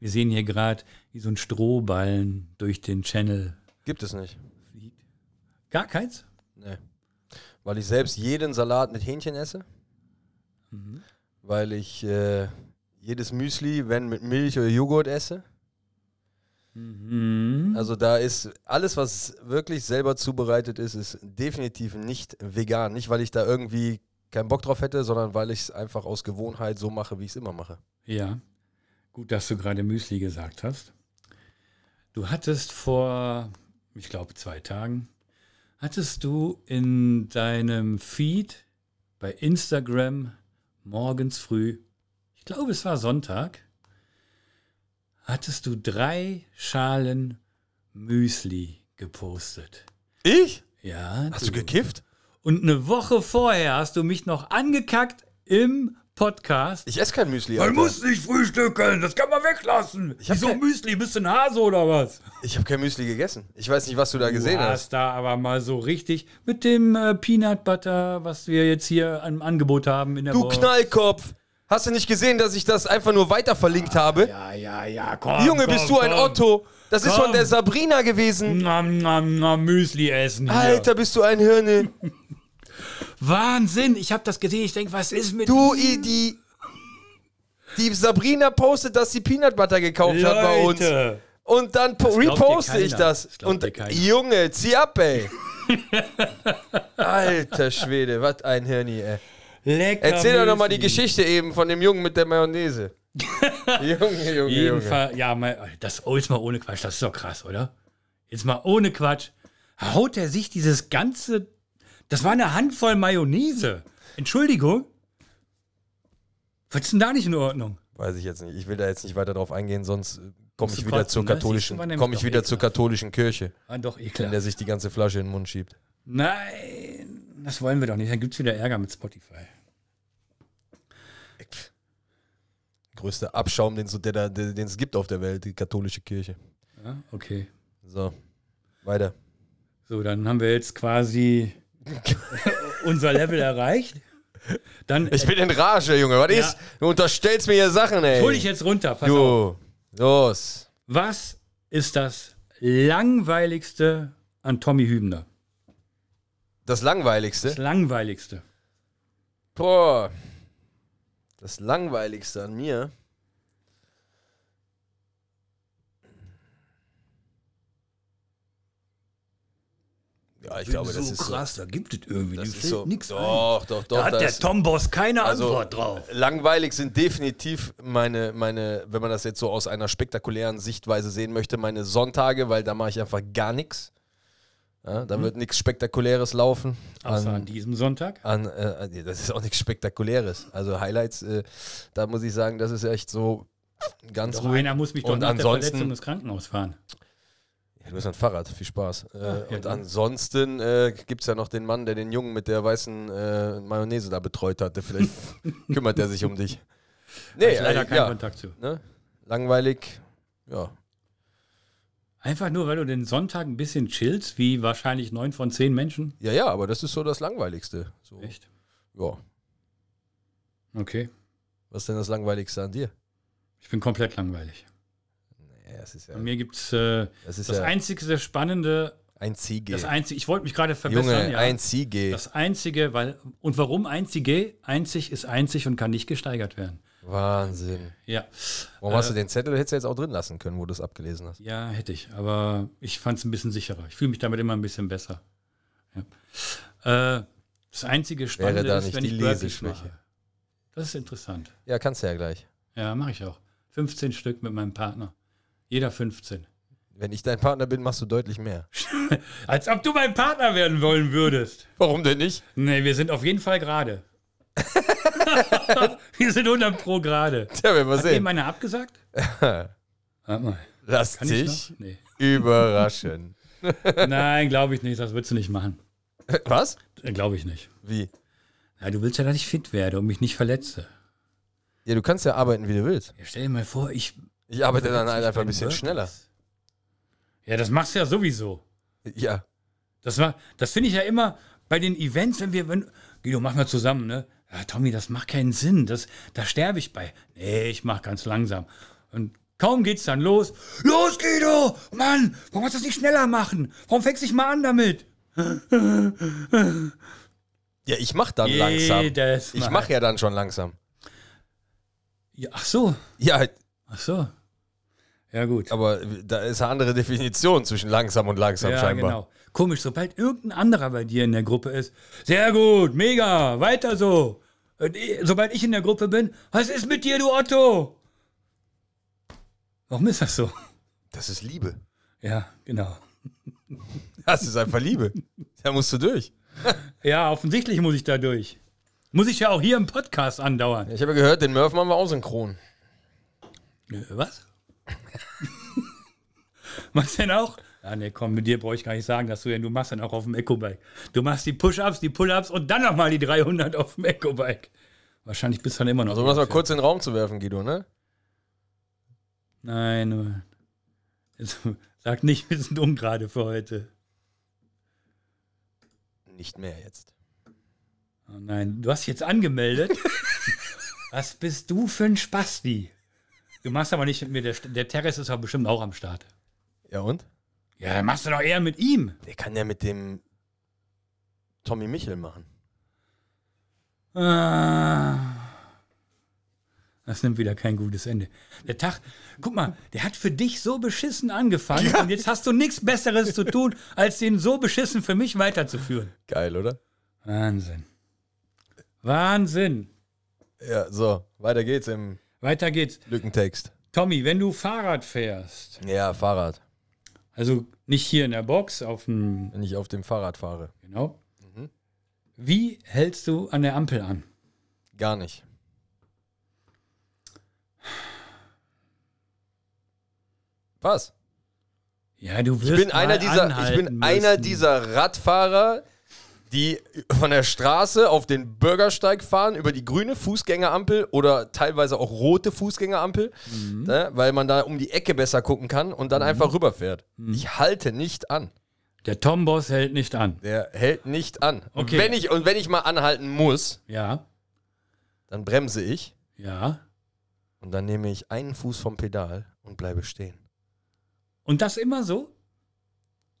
S2: Wir sehen hier gerade, wie so ein Strohballen durch den Channel
S1: Gibt es nicht.
S2: fliegt. Gar keins?
S1: Nee. Weil ich selbst jeden Salat mit Hähnchen esse. Weil ich äh, jedes Müsli, wenn mit Milch oder Joghurt esse.
S2: Mhm.
S1: Also da ist alles, was wirklich selber zubereitet ist, ist definitiv nicht vegan. Nicht, weil ich da irgendwie keinen Bock drauf hätte, sondern weil ich es einfach aus Gewohnheit so mache, wie ich es immer mache.
S2: Ja, gut, dass du gerade Müsli gesagt hast. Du hattest vor, ich glaube, zwei Tagen, hattest du in deinem Feed bei Instagram morgens früh, ich glaube, es war Sonntag, hattest du drei Schalen Müsli gepostet.
S1: Ich?
S2: Ja,
S1: Hast du gekifft?
S2: und eine Woche vorher hast du mich noch angekackt im Podcast.
S1: Ich esse kein Müsli.
S2: Man
S1: Alter.
S2: muss nicht frühstücken, das kann man weglassen.
S1: hab
S2: Wieso
S1: kein-
S2: Müsli? Bist du ein Hase oder was?
S1: Ich habe kein Müsli gegessen. Ich weiß nicht, was du da gesehen
S2: du
S1: hast.
S2: hast da aber mal so richtig mit dem äh, Peanut Butter, was wir jetzt hier im Angebot haben in der
S1: Du
S2: Woche.
S1: Knallkopf! Hast du nicht gesehen, dass ich das einfach nur weiter verlinkt habe?
S2: Ja, Ah, ja, ja, komm.
S1: Junge,
S2: komm,
S1: bist du ein
S2: komm.
S1: Otto? Das ist
S2: Komm.
S1: von der Sabrina gewesen.
S2: Nam, nam, nam, Müsli essen. Hier.
S1: Alter, bist du ein Hirne.
S2: Wahnsinn, ich habe das gesehen. Ich denke, was ist mit
S1: Du Idi. Die Sabrina postet, dass sie Peanut Butter gekauft hat bei uns.
S2: Leute.
S1: Und dann po-
S2: glaubt dir
S1: reposte
S2: keiner.
S1: ich das.
S2: Das glaubt
S1: Und
S2: dir keiner.
S1: Junge, zieh ab, ey. Alter Schwede, was ein Hirni, ey.
S2: Lecker.
S1: Erzähl doch nochmal die
S2: Müsli.
S1: Geschichte eben von dem Jungen mit der Mayonnaise. Junge, Junge, Junge.
S2: Jedenfalls, ja, mal, das oh, jetzt mal ohne Quatsch, das ist doch krass, oder? Jetzt mal ohne Quatsch. Haut er sich dieses ganze. Das war eine Handvoll Mayonnaise. Entschuldigung. Was ist denn da nicht in Ordnung?
S1: Weiß ich jetzt nicht. Ich will da jetzt nicht weiter drauf eingehen, sonst komme
S2: Musst
S1: ich
S2: du
S1: wieder
S2: kotzen,
S1: zur
S2: ne?
S1: katholischen,
S2: Siehst du, war nämlich
S1: komme ich
S2: doch
S1: wieder zur
S2: ekelhaft.
S1: katholischen Kirche,
S2: Ah, doch,
S1: in
S2: ekelhaft.
S1: der sich die ganze Flasche in den Mund schiebt.
S2: Nein, das wollen wir doch nicht. Dann gibt es wieder Ärger mit Spotify.
S1: Größter Abschaum, den es der, da- den den es gibt auf der Welt, die katholische Kirche.
S2: Ja, okay.
S1: So, weiter.
S2: So, dann haben wir jetzt quasi unser Level erreicht. Dann
S1: Ich bin in Rage, Junge. Was
S2: Ja.
S1: ist? Du unterstellst mir hier Sachen, ey.
S2: äh, hol ich jetzt runter. Pass auf.
S1: du. Los.
S2: Was ist das langweiligste an Tommy Hübner?
S1: Das
S2: Das
S1: Langweiligste.
S2: langweiligste.
S1: Boah. Das Langweiligste an mir. Ja, ich glaube, das ist so.
S2: da gibt es irgendwie
S1: Das
S2: dem
S1: ist
S2: fällt
S1: so.
S2: nix
S1: Doch, doch, doch.
S2: Da hat
S1: da
S2: der
S1: ist-
S2: Tomboss keine
S1: Also,
S2: Antwort drauf.
S1: Langweilig sind definitiv meine, meine, wenn man das jetzt so aus einer spektakulären Sichtweise sehen möchte, meine Sonntage, weil da mache ich einfach gar nichts. Ja,
S2: Mhm.
S1: da wird nichts Spektakuläres laufen.
S2: Außer an
S1: An,
S2: diesem Sonntag.
S1: an, äh, das ist auch nichts Spektakuläres. Also Highlights, äh, da muss ich sagen, das ist echt so ganz
S2: Doch
S1: ruhig.
S2: einer muss mich doch
S1: Und
S2: nach der
S1: ansonsten-
S2: Verletzung ins Krankenhaus fahren.
S1: Ja, du hast ein Fahrrad, viel Spaß. Äh,
S2: Ah, ja, genau.
S1: und
S2: du.
S1: ansonsten äh, gibt es ja noch den Mann, der den Jungen mit der weißen äh, Mayonnaise da betreut hatte. Vielleicht kümmert er sich um dich.
S2: Hab
S1: Nee,
S2: ich leider
S1: äh,
S2: keinen
S1: ja.
S2: Kontakt zu.
S1: ne? Langweilig. Ja.
S2: Einfach nur, weil du den Sonntag ein bisschen chillst, wie wahrscheinlich neun von zehn Menschen.
S1: Ja, ja, aber das ist so das Langweiligste. So,
S2: Echt?
S1: ja.
S2: Okay.
S1: Was ist denn das Langweiligste an dir?
S2: Ich bin komplett langweilig.
S1: Nee, das ist ja,
S2: Bei mir gibt es äh,
S1: das ist
S2: das
S1: ja
S2: einzige, das Spannende,
S1: ein Ziege.
S2: das einzige, ich wollte mich gerade verbessern.
S1: Junge,
S2: ja.
S1: ein Ziege.
S2: Das Einzige, weil, und warum einzige? Einzig ist einzig und kann nicht gesteigert werden.
S1: Wahnsinn.
S2: Ja,
S1: Warum
S2: Äh,
S1: hast du den Zettel? Hättest du jetzt auch drin lassen können, wo du es abgelesen hast.
S2: ja, hätte ich, aber ich fand es ein bisschen sicherer. Ich fühle mich damit immer ein bisschen besser. Ja. Äh, das einzige Spannende
S1: da
S2: ist,
S1: nicht
S2: wenn
S1: die
S2: ich Burpees
S1: Leseschwäche?
S2: mache. Das ist interessant.
S1: Ja, kannst du ja gleich.
S2: Ja, mache ich auch. 15 Stück mit meinem Partner. Jeder 15.
S1: Wenn ich dein Partner bin, machst du deutlich mehr.
S2: Als ob du mein Partner werden wollen würdest.
S1: Warum denn nicht?
S2: Nee, wir sind auf jeden Fall gerade. wir sind 100 pro gerade.
S1: Tja, werden wir
S2: Hat eben
S1: sehen.
S2: einer abgesagt? Warte mal.
S1: Lass
S2: Kann ich
S1: dich
S2: noch? Nee.
S1: überraschen.
S2: Nein, glaube ich nicht. Das würdest du nicht machen.
S1: Was?
S2: Glaube ich nicht.
S1: Wie?
S2: Ja, du willst ja, dass ich fit werde und mich nicht verletze.
S1: Ja, du kannst ja arbeiten, wie du willst.
S2: Ja, stell dir mal vor, ich.
S1: Ich arbeite dann halt
S2: ich
S1: einfach ein
S2: bin
S1: bisschen
S2: Burpees.
S1: schneller.
S2: Ja, das machst du ja sowieso.
S1: Ja.
S2: Das, war- das finde ich ja immer bei den Events, wenn wir. Wenn, Guido, mach mal zusammen, ne? Ja, Tommy, das macht keinen Sinn. Das, da sterbe ich bei. Nee, ich mach ganz langsam. Und kaum geht's dann los. Los, Guido! Mann, warum hast du das nicht schneller machen? Warum fängst du nicht mal an damit?
S1: Ja, ich mach dann langsam.
S2: Jedes
S1: Ich
S2: Mal.
S1: mach ja dann schon langsam.
S2: Ja, ach so.
S1: Ja,
S2: Ach so. Ja, gut.
S1: aber da ist eine andere Definition zwischen langsam und langsam
S2: ja,
S1: scheinbar.
S2: genau. Komisch, sobald irgendein anderer bei dir in der Gruppe ist, sehr gut, mega, weiter so. Und ich- Sobald ich in der Gruppe bin, was ist mit dir, du Otto? Warum ist das so?
S1: Das ist Liebe.
S2: Ja, genau.
S1: Das ist einfach Liebe. Da musst du durch.
S2: Ja, offensichtlich muss ich da durch. Muss ich ja auch hier im Podcast andauern.
S1: Ich habe ja gehört, den Murph machen wir auch synchron.
S2: Äh, Was? Machst denn auch? Ah, nee, komm, mit dir brauche ich gar nicht sagen, dass du ja, du machst dann auch auf dem Eco-Bike. Du machst die Push-Ups, die Pull-Ups und dann nochmal die 300 auf dem Eco-Bike. Wahrscheinlich bist du dann immer noch.
S1: Also um das mal kurz in den Raum zu werfen, Guido, ne?
S2: Nein, äh, jetzt, sag nicht, wir sind ungerade für heute.
S1: Nicht mehr jetzt.
S2: Oh nein, du hast dich jetzt angemeldet. Was bist du für ein Spasti? Du machst aber nicht mit mir, der, der Terrace ist aber bestimmt auch am Start.
S1: Ja und?
S2: Ja, dann machst du doch eher mit ihm.
S1: Der kann ja mit dem Tommy Michel machen.
S2: Ah. Das nimmt wieder kein gutes Ende. Der Tag, guck mal, der hat für dich so beschissen angefangen und jetzt hast du nichts Besseres zu tun, als den so beschissen für mich weiterzuführen.
S1: Geil, oder?
S2: Wahnsinn. Wahnsinn.
S1: Ja, so, weiter geht's im
S2: Weiter geht's.
S1: Lückentext.
S2: Tommy, wenn du Fahrrad fährst,
S1: Ja, Fahrrad.
S2: also nicht hier in der Box, auf dem,
S1: Wenn ich auf dem Fahrrad fahre.
S2: genau.
S1: Mhm.
S2: Wie hältst du an der Ampel an?
S1: Gar nicht. Was?
S2: Ja, du wirst
S1: Ich bin
S2: mal
S1: einer dieser, ich
S2: anhalten
S1: bin einer
S2: müssen.
S1: dieser Radfahrer, die von der Straße auf den Bürgersteig fahren, über die grüne Fußgängerampel oder teilweise auch rote Fußgängerampel,
S2: Mhm.
S1: ne, weil man da um die Ecke besser gucken kann und dann einfach rüberfährt.
S2: Mhm.
S1: Ich halte nicht an.
S2: Der Tomboss hält nicht an.
S1: Der hält nicht an. Und,
S2: Okay.
S1: wenn ich, und wenn ich mal anhalten muss,
S2: Ja,
S1: dann bremse ich
S2: ja.
S1: und dann nehme ich einen Fuß vom Pedal und bleibe stehen.
S2: Und das immer so?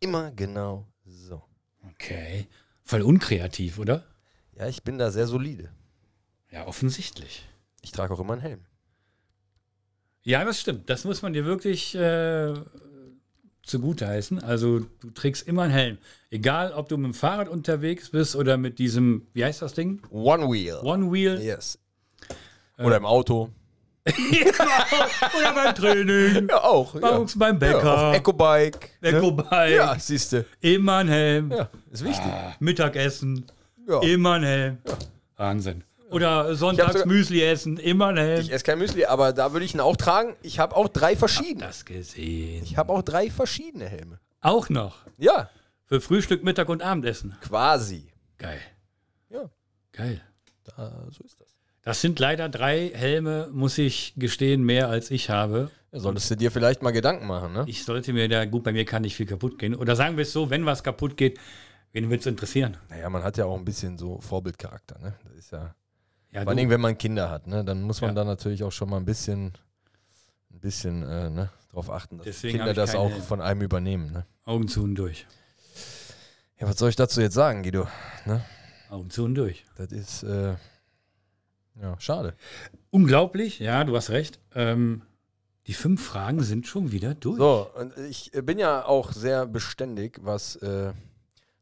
S1: Immer genau so.
S2: Okay. Voll unkreativ, oder?
S1: Ja, ich bin da sehr solide.
S2: Ja, offensichtlich.
S1: Ich trage auch immer einen Helm.
S2: Ja, das stimmt. Das muss man dir wirklich äh, zugute heißen. Also, du trägst immer einen Helm. Egal, ob du mit dem Fahrrad unterwegs bist oder mit diesem, wie heißt das Ding?
S1: One Wheel.
S2: One Wheel.
S1: Yes. Äh, Oder im Auto.
S2: Oder beim Training.
S1: Ja, auch.
S2: Bei uns beim Bäcker.
S1: Ja, auf Ecobike.
S2: Ecobike.
S1: Ja, siehst du.
S2: Immer ein Helm.
S1: Ja, ist wichtig.
S2: Mittagessen.
S1: Ja.
S2: Immer ein Helm. Wahnsinn. Oder
S1: Ich
S2: sonntags
S1: hab sogar-
S2: Müsli essen. Immer ein Helm.
S1: Ich esse kein Müsli, aber da würde ich ihn auch tragen. Ich habe auch drei verschiedene.
S2: das gesehen.
S1: Ich habe auch drei verschiedene Helme.
S2: Auch noch.
S1: Ja,
S2: Für Frühstück, Mittag und Abendessen.
S1: quasi.
S2: Geil.
S1: Ja,
S2: Geil.
S1: da, so ist das.
S2: Das sind leider drei Helme, muss ich gestehen, mehr als ich habe.
S1: Ja, solltest du dir vielleicht mal Gedanken machen, ne?
S2: Ich sollte mir da, gut, bei mir kann nicht viel kaputt gehen. Oder sagen wir es so, wenn was kaputt geht, wen wird es interessieren?
S1: Naja, man hat ja auch ein bisschen so Vorbildcharakter, ne? Das ist ja.
S2: Ja,
S1: Vor allen
S2: du,
S1: Dingen, wenn man Kinder hat, ne? Dann muss man
S2: Ja.
S1: da natürlich auch schon mal ein bisschen, ein bisschen, äh, ne? Drauf achten, dass
S2: Deswegen hab
S1: Kinder
S2: ich
S1: das
S2: keine
S1: auch
S2: Helme.
S1: von einem übernehmen, ne?
S2: Augen zu und durch.
S1: Ja, was soll ich dazu jetzt sagen, Guido?
S2: Augen zu und durch.
S1: Das ist, äh, ja, schade.
S2: Unglaublich, ja, du hast recht. Ähm, die fünf Fragen sind schon wieder durch.
S1: So, und ich äh, bin ja auch sehr beständig, was äh,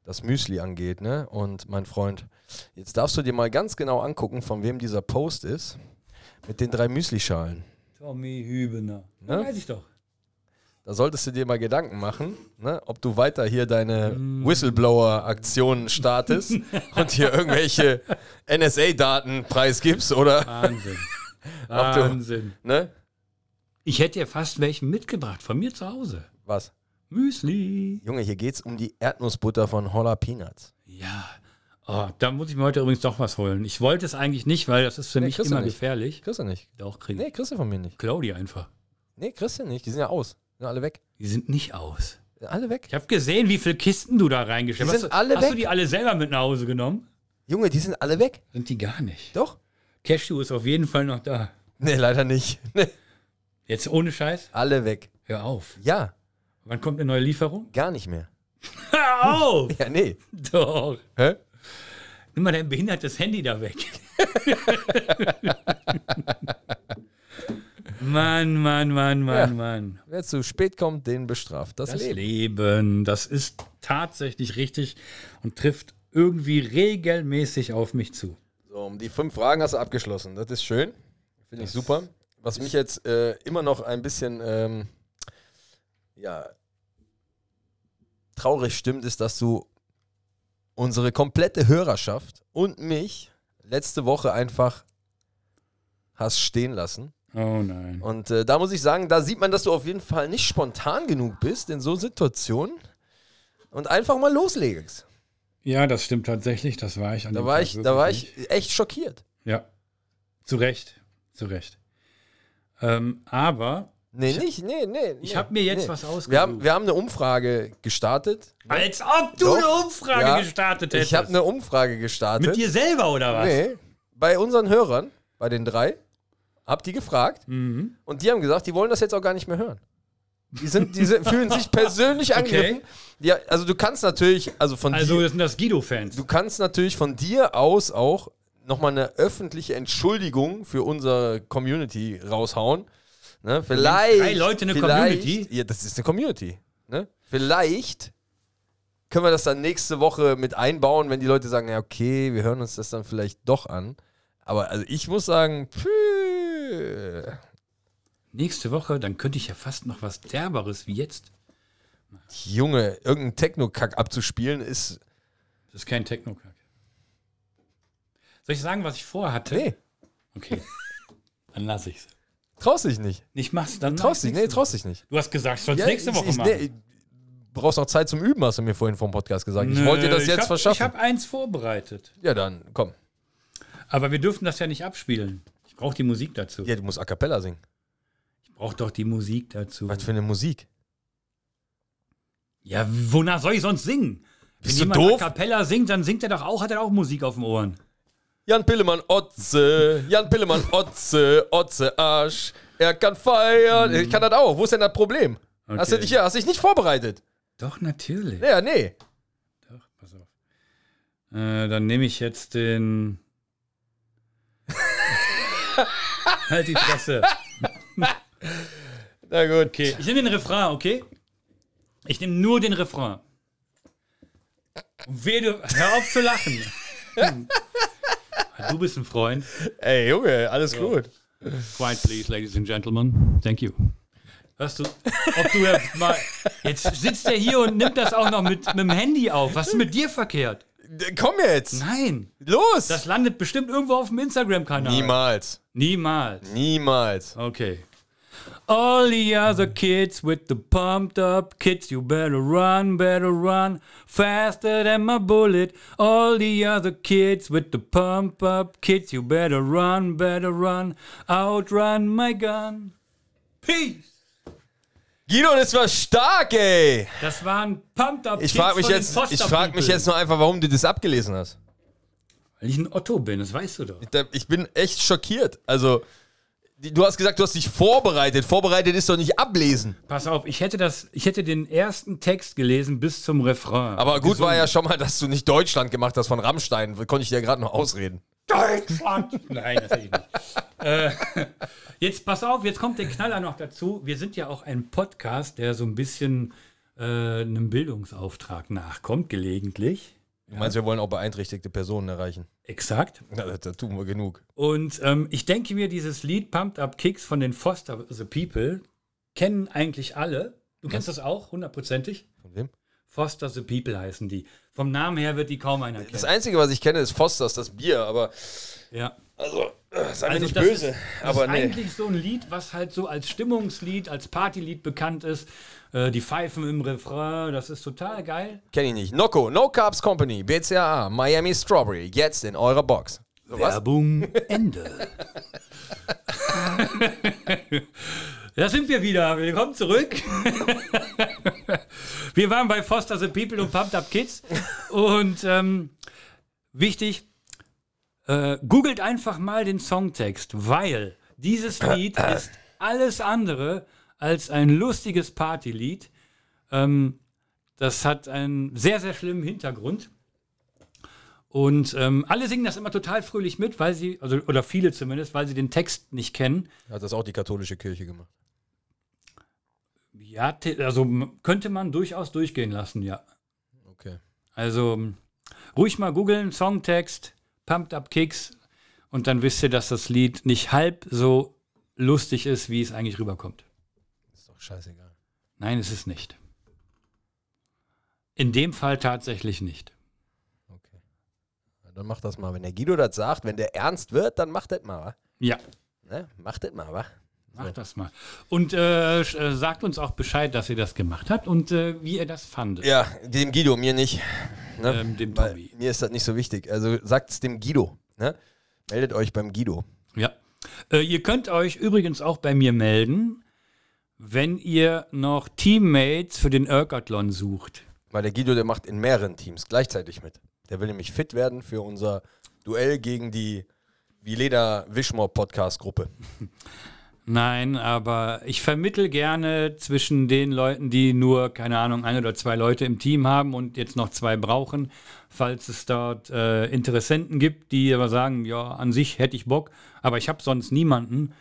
S1: das Müsli angeht, ne? Und mein Freund, jetzt darfst du dir mal ganz genau angucken, von wem dieser Post ist, mit den drei Müslischalen.
S2: Tommy Hübener.
S1: Ne?
S2: Weiß ich doch.
S1: Da solltest du dir mal Gedanken machen, ne, ob du weiter hier deine Whistleblower-Aktionen startest und hier irgendwelche NSA-Daten preisgibst oder
S2: Wahnsinn.
S1: Ob du-
S2: Wahnsinn.
S1: ne?
S2: Ich hätte ja fast welchen mitgebracht, von mir zu Hause.
S1: Was?
S2: Müsli.
S1: Junge, hier geht's um die Erdnussbutter von Holla Peanuts.
S2: Ja. Oh, da muss ich mir heute übrigens doch was holen. Ich wollte es eigentlich nicht, weil das ist für
S1: Nee,
S2: mich
S1: kriegst du
S2: immer
S1: nicht.
S2: gefährlich.
S1: Kriegst du nicht.
S2: Doch, kriegen.
S1: Nee, kriegst du von mir nicht.
S2: Claudi einfach.
S1: Nee, kriegst du nicht. Die sind ja aus. Sind alle weg.
S2: Die sind nicht aus.
S1: Sind alle weg.
S2: Ich habe gesehen, wie viele Kisten du da reingestellt
S1: Die
S2: hast.
S1: sind
S2: du-
S1: alle
S2: hast du
S1: weg.
S2: die alle selber mit nach Hause genommen?
S1: Junge, die sind alle weg.
S2: Sind die gar nicht.
S1: Doch?
S2: Cashew ist auf jeden Fall noch da.
S1: Nee, leider nicht. Nee.
S2: Jetzt ohne Scheiß,
S1: Alle weg.
S2: hör auf.
S1: Ja,
S2: Wann kommt eine neue Lieferung?
S1: gar nicht mehr.
S2: Hör auf!
S1: Ja, nee.
S2: Doch.
S1: Hä?
S2: Nimm mal dein behindertes Handy da weg. Mann, Mann, Mann, Mann,
S1: Ja.
S2: Mann.
S1: Wer zu spät kommt, den bestraft das,
S2: Das
S1: Leben.
S2: Leben, das ist tatsächlich richtig und trifft irgendwie regelmäßig auf mich zu.
S1: So, um die fünf Fragen hast du abgeschlossen. Das ist schön. Finde ich super. Was mich jetzt äh, immer noch ein bisschen ähm, ja, traurig stimmt, ist, dass du unsere komplette Hörerschaft und mich letzte Woche einfach hast stehen lassen.
S2: Oh nein.
S1: Und äh, da muss ich sagen, da sieht man, dass du auf jeden Fall nicht spontan genug bist in so Situationen und einfach mal loslegst.
S2: Ja, das stimmt tatsächlich. Das war ich an
S1: Da
S2: dem
S1: war
S2: Tag
S1: ich, da war
S2: wirklich
S1: ich echt schockiert.
S2: nicht. Ja. Zu Recht. Zu Recht. Ähm, aber
S1: Nee, nicht, nee, nee.
S2: ich
S1: nee,
S2: habe mir jetzt
S1: nee.
S2: was ausgesucht.
S1: Wir haben, wir haben eine Umfrage gestartet.
S2: Als ob du
S1: Doch.
S2: eine Umfrage
S1: Ja.
S2: gestartet hättest.
S1: Ich habe eine Umfrage gestartet.
S2: Mit dir selber oder was?
S1: Nee, bei unseren Hörern, bei den drei, hab die gefragt
S2: Mhm.
S1: und die haben gesagt, die wollen das jetzt auch gar nicht mehr hören. Die, sind, die sind, fühlen sich persönlich angegriffen. Ja, also du kannst natürlich, also von
S2: Also
S1: dir,
S2: das sind das Guido-Fans.
S1: du kannst natürlich von dir aus auch nochmal eine öffentliche Entschuldigung für unsere Community raushauen. Ne? Vielleicht.
S2: drei Leute eine
S1: vielleicht,
S2: Community?
S1: Ja, das ist eine Community. Ne? Vielleicht können wir das dann nächste Woche mit einbauen, wenn die Leute sagen, ja, okay, wir hören uns das dann vielleicht doch an. Aber also ich muss sagen, pfui.
S2: Nächste Woche, dann könnte ich ja fast noch was Derberes wie jetzt.
S1: Junge, irgendeinen Techno-Kack abzuspielen ist.
S2: Das ist kein Techno-Kack. Soll ich sagen, was ich vorhatte?
S1: Nee,
S2: Okay. Dann lass ich's.
S1: traust dich nicht.
S2: Ich mach's dann.
S1: Traust dich,
S2: mach's
S1: nee,
S2: nächste
S1: traust dich nicht.
S2: Woche. Du hast gesagt, ich soll's
S1: Ja,
S2: nächste
S1: ich-
S2: Woche
S1: ich,
S2: machen.
S1: nee, du brauchst noch Zeit zum Üben, hast du mir vorhin vom Podcast gesagt. ich
S2: Nö,
S1: wollte dir das jetzt
S2: ich hab, Ich
S1: verschaffen.
S2: habe eins vorbereitet.
S1: ja, dann komm.
S2: Aber wir dürfen das ja nicht abspielen. Ich brauche die Musik dazu.
S1: Ja, du musst A Cappella singen.
S2: Ich brauche doch die Musik dazu.
S1: Was für eine Musik.
S2: Ja, wonach soll ich sonst singen?
S1: Bist
S2: Wenn
S1: du
S2: jemand
S1: doof?
S2: A Cappella singt, dann singt er doch auch, hat er auch Musik auf den Ohren.
S1: Jan Pillemann Otze, Jan Pillemann Otze, Otze Arsch. Er kann feiern. Ich kann das auch. Wo ist denn das Problem? Hast du
S2: Okay.
S1: dich ja, hast dich nicht vorbereitet?
S2: Doch, natürlich.
S1: Ja, nee.
S2: Doch, pass auf. Äh, dann nehme ich jetzt den. halt die Fresse.
S1: Na gut.
S2: Okay, ich nehme den Refrain, okay? Ich nehme nur den Refrain. Und Weh, du, hör auf zu lachen. du bist ein Freund.
S1: Ey, Junge, alles gut.
S2: Quiet, please, ladies and gentlemen. Thank you. Hörst du, ob du jetzt mal. Jetzt sitzt er hier und nimmt das auch noch mit, mit dem Handy auf. Was ist mit dir verkehrt?
S1: D- Komm jetzt.
S2: Nein.
S1: Los.
S2: Das landet bestimmt irgendwo auf dem Instagram-Kanal.
S1: Niemals.
S2: Niemals.
S1: Niemals.
S2: Okay. All the other kids with the pumped up kids, you better run, better run, faster than my bullet. All the other kids with the pumped up kids, you better run, better run, outrun my gun. Peace!
S1: Guido, das war stark, ey.
S2: Das waren pumped up
S1: Ich
S2: Kids
S1: frage mich
S2: von den
S1: jetzt, ich
S2: Foster
S1: frag mich
S2: People.
S1: jetzt nur einfach, warum du das abgelesen hast.
S2: Weil ich ein Otto bin, das weißt du doch.
S1: Da- Ich bin echt schockiert. Also, die- du hast gesagt, du hast dich vorbereitet. Vorbereitet ist doch nicht ablesen.
S2: Pass auf, ich hätte, das, ich hätte den ersten Text gelesen bis zum Refrain.
S1: Aber gut war ja schon mal, dass du nicht Deutschland gemacht hast von Rammstein. Konnte ich dir gerade noch ausreden.
S2: Deutschland! Nein, das hätte ich nicht. äh, jetzt pass auf, jetzt kommt der Knaller noch dazu. Wir sind ja auch ein Podcast, der so ein bisschen äh, einem Bildungsauftrag nachkommt, gelegentlich.
S1: Du meinst, wir wollen auch beeinträchtigte Personen erreichen.
S2: Exakt.
S1: Na, das, das tun wir genug.
S2: Und ähm, ich denke mir, dieses Lied Pumped Up Kicks von den Foster the People kennen eigentlich alle. Du kennst das auch, hundertprozentig?
S1: Von wem?
S2: Foster the People heißen die. Vom Namen her wird die kaum einer
S1: Das
S2: kennen.
S1: Einzige, was ich kenne, ist Fosters, das Bier. Aber,
S2: Ja.
S1: also, äh, sei mir
S2: Also
S1: nicht
S2: das
S1: böse.
S2: Ist, das
S1: aber
S2: ist
S1: nee.
S2: eigentlich so ein Lied, was halt so als Stimmungslied, als Partylied bekannt ist. Äh, die Pfeifen im Refrain, das ist total geil.
S1: Kenne ich nicht. Noco, No Carbs Company, BCAA, Miami Strawberry, jetzt in eurer Box. So was?
S2: Werbung Ende. da sind wir wieder. Willkommen zurück. wir waren bei Foster the People und Pumped Up Kids. Und ähm, wichtig, äh, googelt einfach mal den Songtext, weil dieses Lied ist alles andere als ein lustiges Partylied. Ähm, das hat einen sehr, sehr schlimmen Hintergrund. Und ähm, alle singen das immer total fröhlich mit, weil sie, also, oder viele zumindest, weil sie den Text nicht kennen.
S1: Hat das auch die katholische Kirche gemacht.
S2: Ja, te- also m- könnte man durchaus durchgehen lassen, ja.
S1: Okay.
S2: Also m, ruhig mal googeln, Songtext, Pumped Up Kicks und dann wisst ihr, dass das Lied nicht halb so lustig ist, wie es eigentlich rüberkommt.
S1: Ist doch scheißegal.
S2: Nein, es ist nicht. In dem Fall tatsächlich nicht.
S1: Okay. Ja, dann mach das mal. Wenn der Guido das sagt, wenn der ernst wird, dann mach das mal, wa?
S2: Ja,
S1: Ne? Mach das mal, wa?
S2: macht das mal. Und äh, sch- äh, sagt uns auch Bescheid, dass ihr das gemacht habt und äh, wie ihr das fandet.
S1: Ja, dem Guido, mir nicht. Ne?
S2: Ähm, dem
S1: Weil
S2: Tobi.
S1: mir ist das nicht so wichtig. Also sagt's dem Guido. Ne? Meldet euch beim Guido.
S2: Ja. Äh, ihr könnt euch übrigens auch bei mir melden, wenn ihr noch Teammates für den Ergathlon sucht.
S1: Weil der Guido, der macht in mehreren Teams gleichzeitig mit. Der will nämlich fit werden für unser Duell gegen die Vileda Wischmor Podcast Gruppe.
S2: Nein, aber ich vermittel gerne zwischen den Leuten, die nur, keine Ahnung, ein oder zwei Leute im Team haben und jetzt noch zwei brauchen, falls es dort äh, Interessenten gibt, die aber sagen, ja, an sich hätte ich Bock, aber ich habe sonst niemanden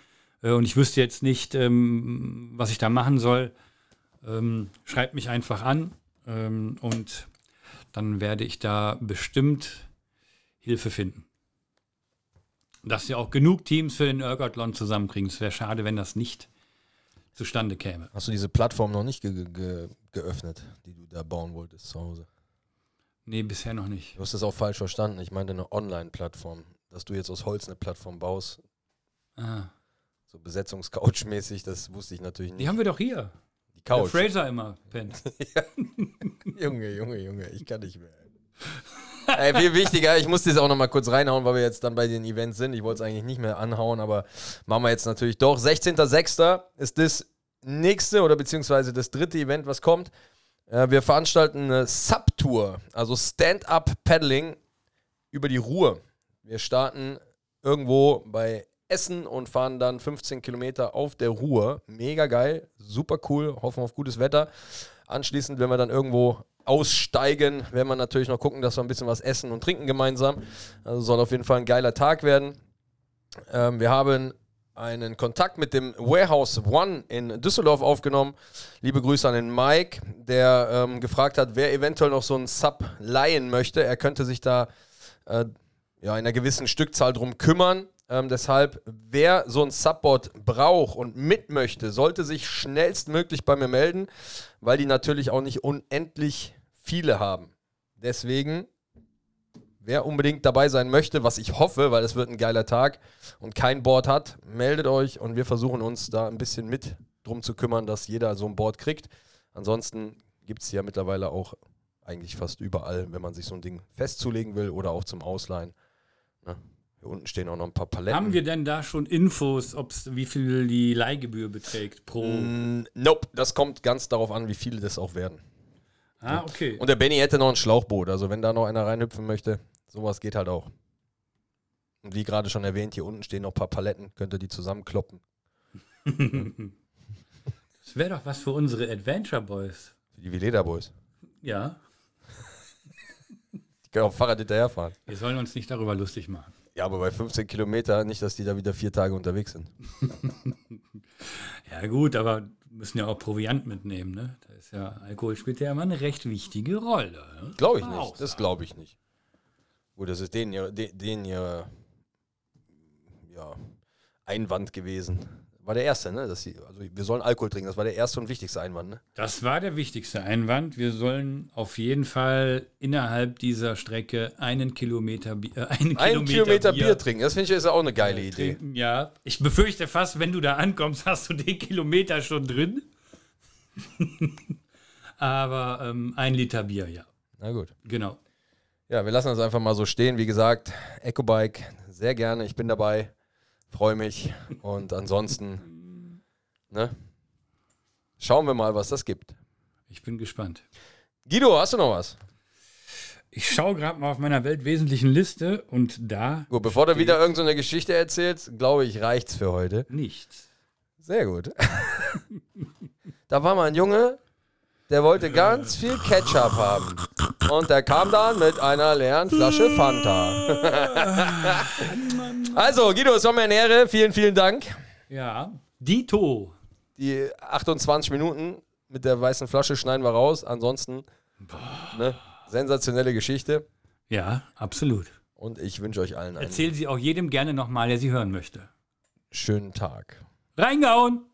S2: äh, und ich wüsste jetzt nicht, ähm, was ich da machen soll. Ähm, schreibt mich einfach an ähm, und dann werde ich da bestimmt Hilfe finden. Dass wir auch genug Teams für den Ergathlon zusammenkriegen. Es wäre schade, wenn das nicht zustande käme.
S1: Hast du diese Plattform noch nicht ge ge geöffnet, die du da bauen wolltest zu Hause?
S2: Nee, bisher noch nicht.
S1: Du hast das auch falsch verstanden. Ich meinte eine Online-Plattform, dass du jetzt aus Holz eine Plattform baust,
S2: Ah.
S1: so Besetzungscouch-mäßig, das wusste ich natürlich
S2: Die
S1: nicht.
S2: haben wir doch hier.
S1: Die
S2: Wo Fraser immer pennt.
S1: Junge, Junge, Junge, ich kann nicht mehr. Ey, viel wichtiger, ich musste es auch noch mal kurz reinhauen, weil wir jetzt dann bei den Events sind. Ich wollte es eigentlich nicht mehr anhauen, aber machen wir jetzt natürlich doch. 16.06. ist das nächste oder beziehungsweise das dritte Event, was kommt. Äh, wir veranstalten eine Subtour, also Stand-Up-Paddling über die Ruhr. Wir starten irgendwo bei Essen und fahren dann 15 Kilometer auf der Ruhr. Mega geil, super cool, hoffen auf gutes Wetter. Anschließend, wenn wir dann irgendwo aussteigen, werden wir natürlich noch gucken, dass wir ein bisschen was essen und trinken gemeinsam. Also soll auf jeden Fall ein geiler Tag werden. Ähm, wir haben einen Kontakt mit dem Warehouse One in Düsseldorf aufgenommen. Liebe Grüße an den Mike, der ähm, gefragt hat, wer eventuell noch so einen Sub leihen möchte. Er könnte sich da äh, ja, in einer gewissen Stückzahl drum kümmern. Ähm, deshalb, wer so ein Subboard braucht und mit möchte, sollte sich schnellstmöglich bei mir melden, weil die natürlich auch nicht unendlich viele haben. Deswegen, wer unbedingt dabei sein möchte, was ich hoffe, weil es wird ein geiler Tag und kein Board hat, meldet euch und wir versuchen uns da ein bisschen mit drum zu kümmern, dass jeder so ein Board kriegt. Ansonsten gibt es ja mittlerweile auch eigentlich fast überall, wenn man sich so ein Ding festzulegen will oder auch zum Ausleihen. Ne? Hier unten stehen auch noch ein paar Paletten.
S2: Haben wir denn da schon Infos, ob's, wie viel die Leihgebühr beträgt pro.
S1: Mm, Nope, das kommt ganz darauf an, wie viele das auch werden.
S2: Ah, okay.
S1: Und der Benny hätte noch ein Schlauchboot. Also wenn da noch einer reinhüpfen möchte, sowas geht halt auch. Und wie gerade schon erwähnt, hier unten stehen noch ein paar Paletten. Könnt ihr die zusammenkloppen.
S2: Das wäre doch was für unsere Adventure Boys.
S1: Für die Veleda Boys.
S2: Ja.
S1: Die können auf dem Fahrrad hinterherfahren.
S2: Wir sollen uns nicht darüber lustig machen.
S1: Ja, aber bei 15 Kilometer nicht, dass die da wieder vier Tage unterwegs sind.
S2: Ja, gut, aber wir müssen ja auch Proviant mitnehmen, ne? Da ist ja, Alkohol spielt ja immer eine recht wichtige Rolle. Ne?
S1: Glaube ich
S2: Kann man auch
S1: nicht. Das
S2: sagen.
S1: glaube ich nicht. Gut, das ist denen ihr, de- denen ihr ja, Einwand gewesen. War der erste, ne? Dass sie, also wir sollen Alkohol trinken. Das war der erste und wichtigste Einwand, ne?
S2: Das war der wichtigste Einwand. Wir sollen auf jeden Fall innerhalb dieser Strecke einen Kilometer, Bi äh, einen
S1: Ein
S2: Kilometer,
S1: Kilometer Bier, trinken. Das finde ich ist auch eine geile Idee.
S2: trinken. Ja, ich befürchte fast, wenn du da ankommst, hast du den Kilometer schon drin. Aber ähm, ein Liter Bier, ja.
S1: Na gut.
S2: Genau.
S1: Ja, wir lassen das einfach mal so stehen. Wie gesagt, Ecobike, sehr gerne. Ich bin dabei, freue mich. Und ansonsten, ne? Schauen wir mal, was das gibt.
S2: Ich bin gespannt.
S1: Guido, hast du noch was?
S2: Ich schaue gerade mal auf meiner weltwesentlichen Liste und da
S1: Gut, bevor du wieder irgendeine so eine Geschichte erzählst, glaube ich, reicht's für heute.
S2: nichts.
S1: Sehr gut. da war mal ein Junge, der wollte ganz viel Ketchup haben. Und der kam dann mit einer leeren Flasche Fanta. also, Guido, es war mir eine Ehre. Vielen, vielen Dank.
S2: Ja. Dito.
S1: die 28 Minuten mit der weißen Flasche schneiden wir raus. Ansonsten, ne, sensationelle Geschichte.
S2: Ja, absolut.
S1: Und ich wünsche euch allen einen
S2: Erzähl sie auch jedem gerne nochmal, der sie hören möchte.
S1: schönen Tag.
S2: Reingehauen!